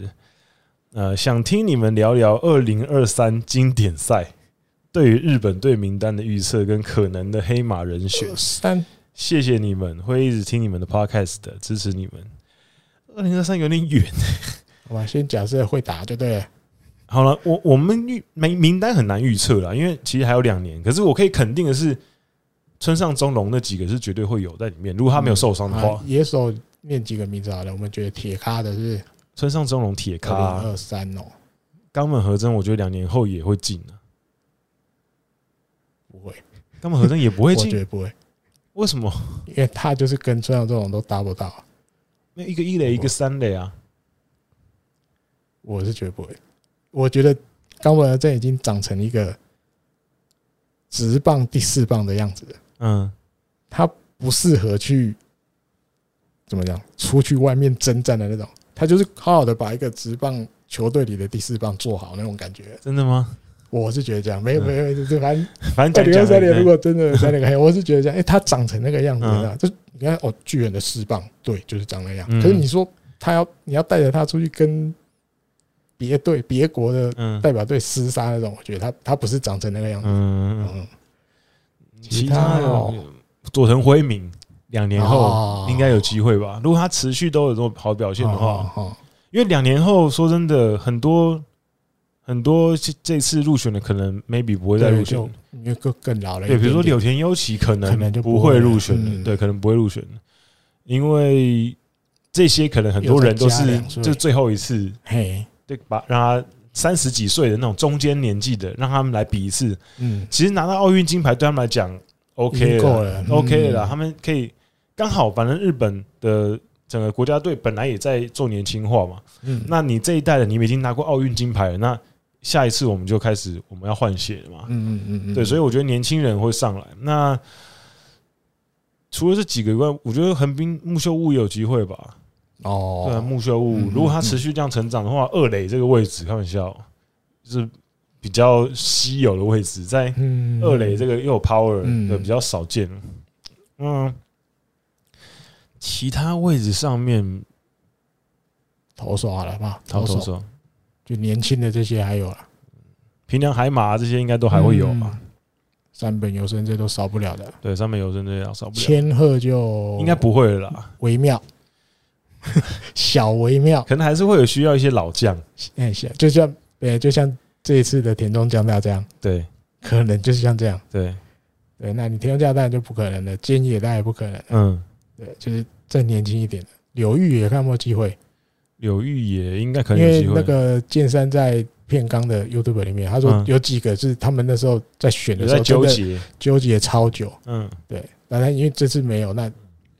A: 呃，想听你们聊聊二零二三经典赛对于日本队名单的预测跟可能的黑马人选。
B: 三
A: 谢谢你们，会一直听你们的 podcast 的，支持你们。二零二三有点远。
B: 我们先假设会打就对了。
A: 好了，我我们预名名单很难预测啦，因为其实还有两年。可是我可以肯定的是，村上中龙那几个是绝对会有在里面。如果他没有受伤的话，
B: 啊野手念几个名字好了，我们觉得铁咖的是
A: 村上中龙、铁
B: 二零
A: 咖、
B: 二三哦，
A: 冈本和真，我觉得两年后也会进啊。
B: 不会，
A: 冈本和真也不
B: 我
A: 会
B: 觉
A: 进，
B: 得不会，
A: 为什么？
B: 因为他就是跟村上这种都达不到，
A: 那一个一垒，一个三垒啊。
B: 我是觉得不会。我觉得冈本和正已经长成一个直棒第四棒的样子了，
A: 嗯，
B: 他不适合去怎么讲出去外面征战的那种，他就是好好的把一个直棒球队里的第四棒做好那种感觉，
A: 真的吗？
B: 我是觉得这样，没有没有，没有这反正
A: 反正
B: 二
A: 嗯讲
B: 零二
A: 讲
B: 三年
A: 而已
B: 如果真的在那个 黑，我是觉得这样，哎、他长成那个样子
A: 嗯
B: 啊，就是你看哦，巨人的四棒，对，就是长那样。
A: 嗯
B: 可是你说他要你要带着他出去跟别队、别国的
A: 嗯
B: 代表队厮杀那种，我觉得他他不是长成那个样子。
A: 嗯，
B: 嗯，
A: 其
B: 其
A: 他
B: 他
A: 的
B: 哦
A: 佐藤辉明两年嗯后
B: 哦
A: 应该有机会吧？如果他持续都有这么好表现的话，
B: 哦，哦
A: 因为两年后说真的，很多很多这这次入选的可能 maybe 不会再入
B: 对，
A: 选
B: 就。因为更更老了一
A: 对，
B: 点点。
A: 比如说柳田优起可
B: 可能
A: 能
B: 就不
A: 不会
B: 会了
A: 入选的，
B: 嗯
A: 对，可能不会入选的，因为这些可能很多
B: 又再
A: 人都
B: 加
A: 是
B: 两岁
A: 就最后一次，
B: 嘿，
A: 对，把让他三十几岁的那种中间年纪的，让他们来比一次，
B: 嗯
A: 其实拿到奥运金牌对他们来讲 OK
B: 已经够
A: 了
B: 了
A: 啦，OK 了啦，
B: 嗯
A: 他们可以刚好，反正日本的整个国家队本来也在做年轻化嘛。
B: 嗯，
A: 那你这一代的，你们已经拿过奥运金牌了，那下一次我们就开始我们要换血了嘛。
B: 嗯嗯嗯嗯，
A: 对，所以
B: 以
A: 我觉得年轻人会上来。那除了这几个以外，我觉得横滨木秀悟也有机会吧。对啊，
B: 哦，
A: 木秀悟
B: 嗯嗯
A: 如果他持续这样成长的话，二垒这个位置开玩笑就是比较稀有的位置，在
B: 嗯
A: 二垒这个又有 power，、
B: 嗯
A: 对，比较少见。嗯，其他位置上面
B: 投手好了吧，
A: 投
B: 投
A: 手
B: 手
A: 手
B: 就年轻的这些还有啊了，
A: 平良海马啊这些应该都还会有吧？
B: 嗯，三本游生这都少不了的。
A: 对，上面有真这样少不了，
B: 千鹤就
A: 应该不会了啦，
B: 微妙， 小微妙，
A: 可能还是会有需要一些老将。
B: 哎，小就像呃，就像这一次的田中将大这样，
A: 对
B: 可能就是像这样。
A: 对，
B: 对，那你田中将大当然就不可能了，菅野当然也不可能了。
A: 嗯，
B: 对，就是再年轻一点的柳玉也看有没有机会，
A: 柳玉也应该可
B: 因
A: 能有
B: 为
A: 机
B: 那
A: 会，
B: 个剑山在片冈的 YouTube 里面，他说
A: 嗯
B: 有几个是他们那时候在选的
A: 有
B: 时
A: 在
B: 候
A: 纠
B: 真的
A: 结，
B: 纠结超久。
A: 嗯，
B: 对，那他因为这次没有，那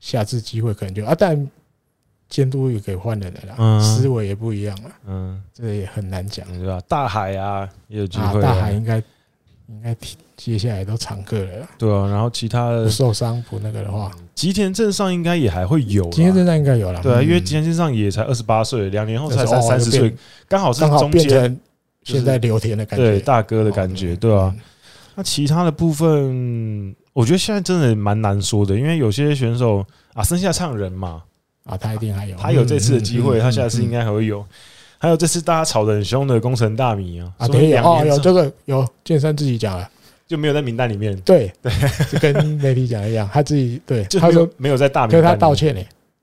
B: 下次机会可能就啊，但监督也给换人了啦，
A: 嗯
B: 思维也不一样了，
A: 嗯，
B: 这也很难讲
A: 对吧？大海啊，也有机
B: 啊
A: 会、。
B: 大海，应该应该提接下来都常客了啦，
A: 对啊。然后其他
B: 不
A: 的
B: 受伤不那个的话，
A: 吉田镇上应该也还会有啦，
B: 今天这站应该有了。
A: 对啊，因为
B: 嗯
A: 吉田镇上也才二十八岁，两年后才
B: 那时
A: 才
B: 候
A: 三十
B: 就
A: 岁
B: 变，
A: 刚好是
B: 刚好
A: 中
B: 变
A: 间
B: 成现在留田的感
A: 对
B: 觉，哦嗯
A: 大哥的感觉，对啊吧、
B: 吧？
A: 那其他的部分，我觉得现在真的蛮难说的，因为有些选手啊，生下唱人嘛，
B: 啊，他一定还有，
A: 他有这次的机会，
B: 嗯
A: 他下次应
B: 嗯嗯
A: 该还会有。还有这次大家吵得很凶的工程大米啊，
B: 啊，
A: 说
B: 对有
A: 两
B: 哦，
A: 年
B: 有
A: 之
B: 这个有健身自己讲了，
A: 就没有在名单里面，
B: 对对， 就跟媒体讲的一样，他自己对
A: 就
B: 他
A: 没
B: 说
A: 有，没有在大名
B: 可
A: 单里面。哦
B: 是他道歉呢，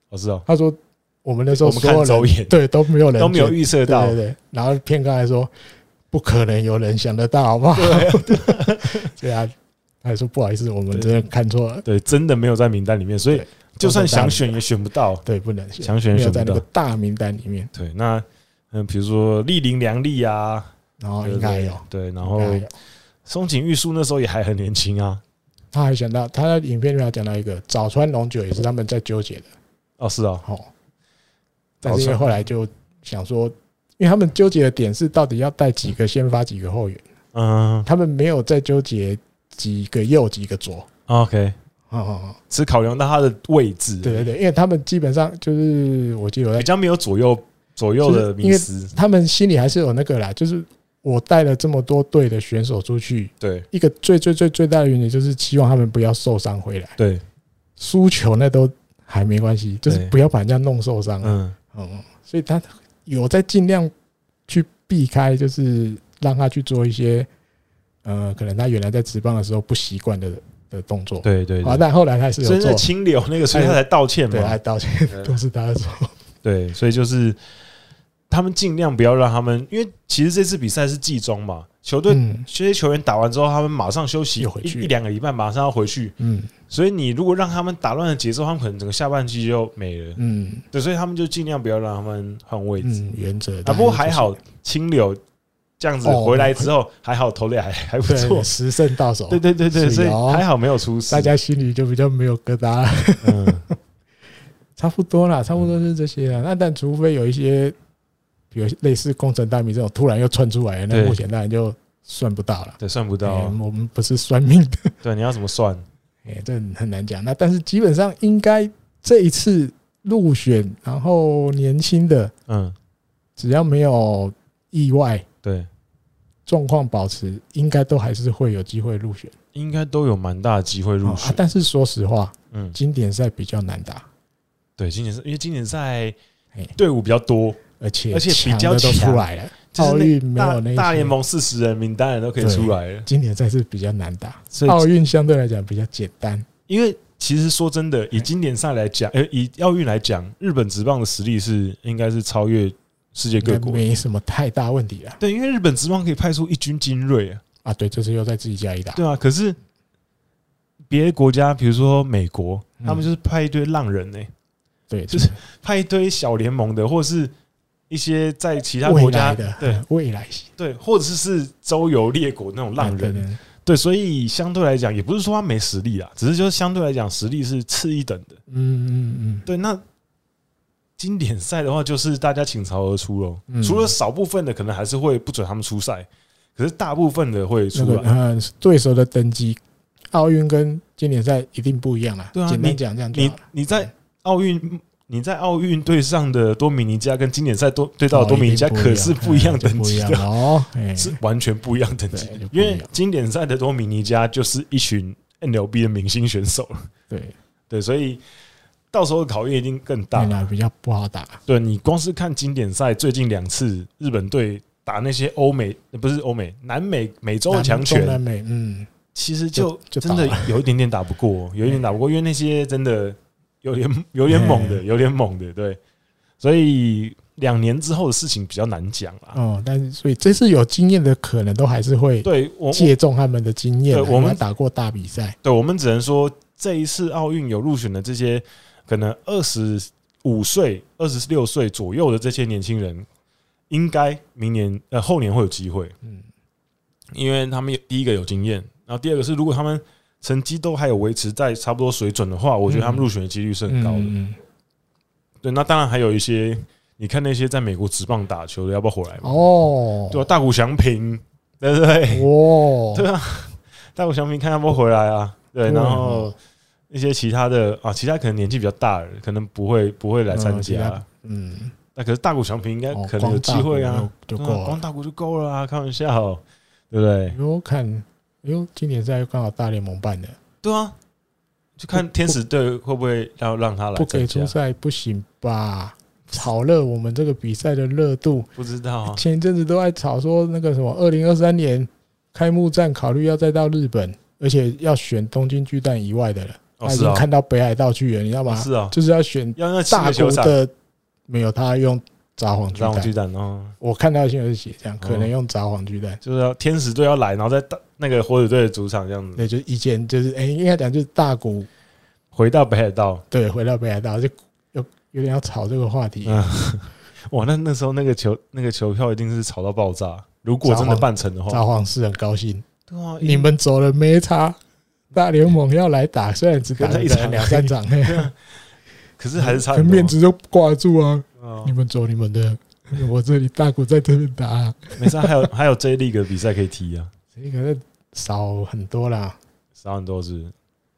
A: 我知道，
B: 他说我们那时
A: 我
B: 候
A: 们
B: 所有
A: 看走
B: 人
A: 眼
B: 对都没有人
A: 都没有
B: 觉
A: 预测
B: 得对
A: 到
B: 对，对，然后片刚才说不可能有人想得到，好不好？ 对啊，他还说不好意思，我们
A: 对
B: 真的看错了，
A: 对，真的没有在名单里面，所以
B: 对
A: 就算想选也选不到。
B: 对，不能写
A: 想选也
B: 没有
A: 选不
B: 在那
A: 到
B: 个。大名单里面，
A: 对，那嗯，比如说立林良利啊，
B: 然后
A: 对
B: 应
A: 不对
B: 该有，
A: 对，然
B: 应
A: 后
B: 该有
A: 松井玉树那时候也还很年轻啊。
B: 他还想到，他在影片里面有讲到一个早川龙九也是他们在纠结的，
A: 哦，是哦，
B: 哦，但是因为后来就想说，因为他们纠结的点是到底要带几个先发几个后援，
A: 嗯
B: 他们没有在纠结几个右几个左，
A: ，OK，
B: 哦哦，哦
A: 只考量到他的位置，
B: 对对对，因为他们基本上就是我记得我
A: 比
B: 在，
A: 较没有左右左右的迷思。
B: 他们心里还是有那个啦，就是我带了这么多队的选手出去，
A: 对
B: 一个最最最最大的原因就是希望他们不要受伤回来，
A: 对，
B: 输球那都还没关系，就是
A: 对
B: 不要把人家弄受伤，
A: 嗯，
B: 嗯，所以他有在尽量去避开，就是让他去做一些，呃，可能他原来在职棒的时候不习惯的的动作。
A: 对对
B: 啊，
A: 对。
B: 但后来他还是
A: 所
B: 有
A: 以在
B: 做，
A: 清流那个，所以他才道歉
B: 对，
A: 嘛
B: 他。道歉
A: 对
B: 都是他的错。
A: 对，所以就是他们尽量不要让他们，因为其实这次比赛是季中嘛，球队
B: 嗯
A: 这些球员打完之后，他们马上休息
B: 又回去
A: 一一两个礼拜，马上要回去。
B: 嗯
A: 所以你如果让他们打乱了节奏，他们可能整个下半季就没了。
B: 嗯
A: 对，所以他们就尽量不要让他们换位置
B: 嗯，原则
A: 啊。不过还 好，清流这样子
B: 哦
A: 回来之后，还好投的还还不
B: 对，
A: 错。
B: 十胜到手，
A: 对对对对，所
B: 哦是
A: 以
B: 哦
A: 还好没有出事。
B: 大家心里就比较没有疙瘩 了。
A: 嗯，
B: 差不多啦，差不多是这些啊啦。那但除非有一些，比如类似工程大米这种突然又窜出来，那
A: 对
B: 目前当然就算不到了。
A: 对，算不到
B: 哎
A: 啊。
B: 我们不是算命的，
A: 对，你要怎么算？
B: 哎、这很难讲。那但是基本上应该这一次入选，然后年轻的，
A: 嗯，
B: 只要没有意外
A: 对，
B: 状况保持，应该都还是会有机会入选。
A: 应该都有蛮大的机会
B: 哦
A: 入
B: 啊
A: 选。
B: 但是说实话，
A: 嗯，
B: 经典赛比较难打，
A: 对，今年是因为今年赛
B: 哎
A: 队伍比较多，
B: 而且
A: 而且比较
B: 强的都
A: 强
B: 出来了，
A: 就是
B: 奥
A: 那
B: 运没
A: 大
B: 有那一
A: 大
B: 些
A: 联。盟四十人名单人都可以
B: 对
A: 出来了。
B: 经典赛是比较难打，
A: 所以
B: 奥运相对来讲比较简单。
A: 因为其实说真的，以经典赛来讲，呃，以奥运来讲，日本职棒的实力是应该是超越世界各
B: 应该
A: 国。
B: 没什么太大问题啦。
A: 对，因为日本职棒可以派出一军精锐啊，
B: 啊，对，这次又在自己家里打，
A: 对啊。可是别的国家，比如说美国，
B: 嗯
A: 他们就是派一堆浪人呢、
B: 对，
A: 就是派一堆小联盟的，或者是一些在其他国
B: 未
A: 家
B: 来的，
A: 对
B: 未来啊型
A: 对，或者是周游列国那种浪
B: 对
A: 人，
B: 对
A: 对，所以相对来讲，也不是说他没实力啊，只是就是相对来讲，实力是次一等的。
B: 嗯嗯嗯，
A: 对，那经典赛的话，就是大家倾巢而出喽。
B: 嗯
A: 除了少部分的可能还是会不准他们出赛，可是大部分的会
B: 那
A: 出
B: 个
A: 来。
B: 呃，对手的等级，奥运跟经典赛一定不一样啦。
A: 对啊
B: 简
A: 你
B: 单讲这样就
A: 你
B: 好了。
A: 你在奥运。你在奥运队上的多米尼加跟经典赛多对到的多米尼加
B: 哦一定
A: 可是不一样等级
B: 哎就不一
A: 的，
B: 样哦。哎
A: 是完全不一样等级
B: 对就。不
A: 因
B: 一
A: 为
B: 样
A: 经典赛的多米尼加就是一群 NLB 的明星选手了，
B: 对，
A: 对，所以到时候考验一定更大
B: 当。然比较不好打。
A: 对你光是看经典赛最近两次日本队打那些欧美呃不是欧美南美美洲的
B: 南
A: 强
B: 中南
A: 权，
B: 美，嗯，
A: 其实就
B: 就就
A: 真的
B: 打
A: 有一点点打不过，有一点打不过，因为那些真的有点有点猛的，
B: 嗯
A: 有点猛的，对，所以两年之后的事情比较难讲啦。
B: 哦，但是所以这次有经验的可能都还是会
A: 对我，我
B: 借重他们的经验，
A: 哦对我们
B: 还打过大比赛，
A: 对我们只能说这一次奥运有入选的这些可能二十五岁、二十六岁左右的这些年轻人，应该明年呃后年会有机会，
B: 嗯，
A: 因为他们第一个有经验，然后第二个是如果他们成绩都还有维持在差不多水准的话，我觉得他们入选的几率是很高的。
B: 嗯嗯嗯
A: 对，那当然还有一些，你看那些在美国职棒打球的，要不要回来嘛？
B: 哦，
A: 嗯对啊，大谷翔平，对不对？
B: 哇，
A: 对啊，大谷翔平看要不要回来啊？对，
B: 对
A: 然后一些其他的啊，其他可能年纪比较大了，可能不会不会来参
B: 嗯其
A: 加
B: 他。嗯，
A: 那可是大谷翔平应该
B: 哦
A: 哎可能有机会啊，，
B: 光大谷
A: 对啊
B: 就就够
A: 光
B: 了。
A: 大谷就够了啊，开玩笑哦，对不对？
B: 因为我看，哎呦，今年赛刚好大联盟办的，
A: 对啊，就看天使队会不会要让他来
B: 不给
A: 参
B: 出
A: 加，
B: 赛不行吧？炒热我们这个比赛的热度，
A: 不知道啊。
B: 前一阵子都在吵说那个什么，二零二三年开幕战考虑要再到日本，而且要选东京巨蛋以外的了。
A: 哦，
B: 他已
A: 是
B: 经
A: 啊，
B: 哎看到北海道去了，你知道吗？
A: 是啊，
B: 就是要选
A: 要那新
B: 大
A: 的球
B: 国
A: 场，
B: 的，没有他用札幌巨
A: 让我
B: 蛋
A: 巨。蛋哦。
B: 我看到的新闻是写这样，可能用札幌巨蛋。
A: 就是要天使队要来，然后在大那个火腿队的主场这样子，
B: 对，就是以前就是哎、应该讲就是大谷
A: 回到北海道。
B: 对回到北海道就有有点要炒这个话题。
A: 嗯，哇，那那时候那个球那个球票一定是炒到爆炸。如果真的办成的
B: 札
A: 话，
B: 幌是很高兴，
A: 对啊，
B: 你们走了没差，大联盟要来打，虽然只打了
A: 可能一场
B: 两三场，嘿
A: 可是还是 差
B: 可
A: 很多
B: 面子就挂住啊。
A: 哦
B: 你们走你们的，我这里大谷在这边打、
A: 没事啊，还有还有 J League 的比赛可以踢啊，
B: 所以可能少很多啦。
A: 少很多是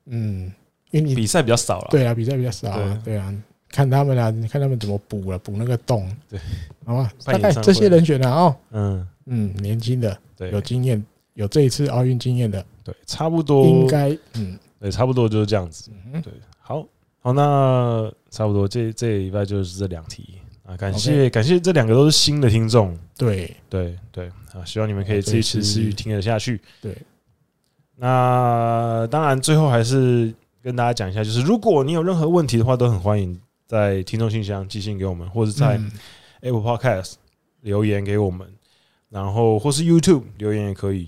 B: 嗯，因为你
A: 比赛比较少了。，
B: 对啊，比赛比较少啊，对啊，看他们啊，你看他们怎么补了，补那个洞，
A: 对，
B: 好吧，
A: 办
B: 大
A: 演
B: 概
A: 唱
B: 这些
A: 会
B: 人选啊，哦，
A: 嗯，
B: 嗯，年轻的有
A: 对
B: 经验，有这一次奥运经验的，
A: 对，差不多，
B: 应该嗯
A: 对，差不多就是这样子。
B: 嗯，
A: 对，好，好，那差不多这这礼拜就是这两题啊，感谢感谢这两个都是新的听众，
B: 对
A: 对对啊，希望你们可以
B: 哦
A: 自
B: 对
A: 己持
B: 是
A: 续听得下去。
B: 对，
A: 那当然最后还是跟大家讲一下，就是如果你有任何问题的话，都很欢迎在听众信箱寄信给我们，或者在
B: 嗯
A: Apple Podcast 留言给我们，然后或是 YouTube 留言也可以。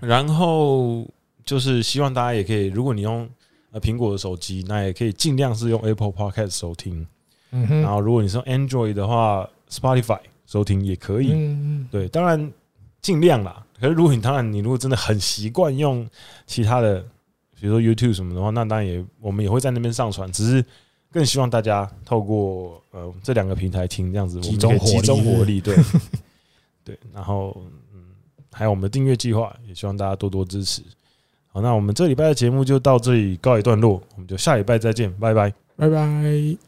A: 然后就是希望大家也可以，如果你用呃苹果的手机，那也可以尽量是用 Apple Podcast 收听。
B: 嗯哼，
A: 然后如果你是用 Android 的话，Spotify 收听也可以。
B: 嗯嗯
A: 对，当然尽量啦。可是如果你当然你如果真的很习惯用其他的，比如说 YouTube 什么的话，那当然也我们也会在那边上传，只是更希望大家透过呃这两个平台听，这样子我
B: 集
A: 们
B: 中
A: 可以
B: 火
A: 集
B: 力
A: 中
B: 是
A: 火力， 对对。然后嗯，还有我们的订阅计划，也希望大家多多支持。好，那我们这礼拜的节目就到这里告一段落，我们就下礼拜再见，拜拜。
B: 拜拜。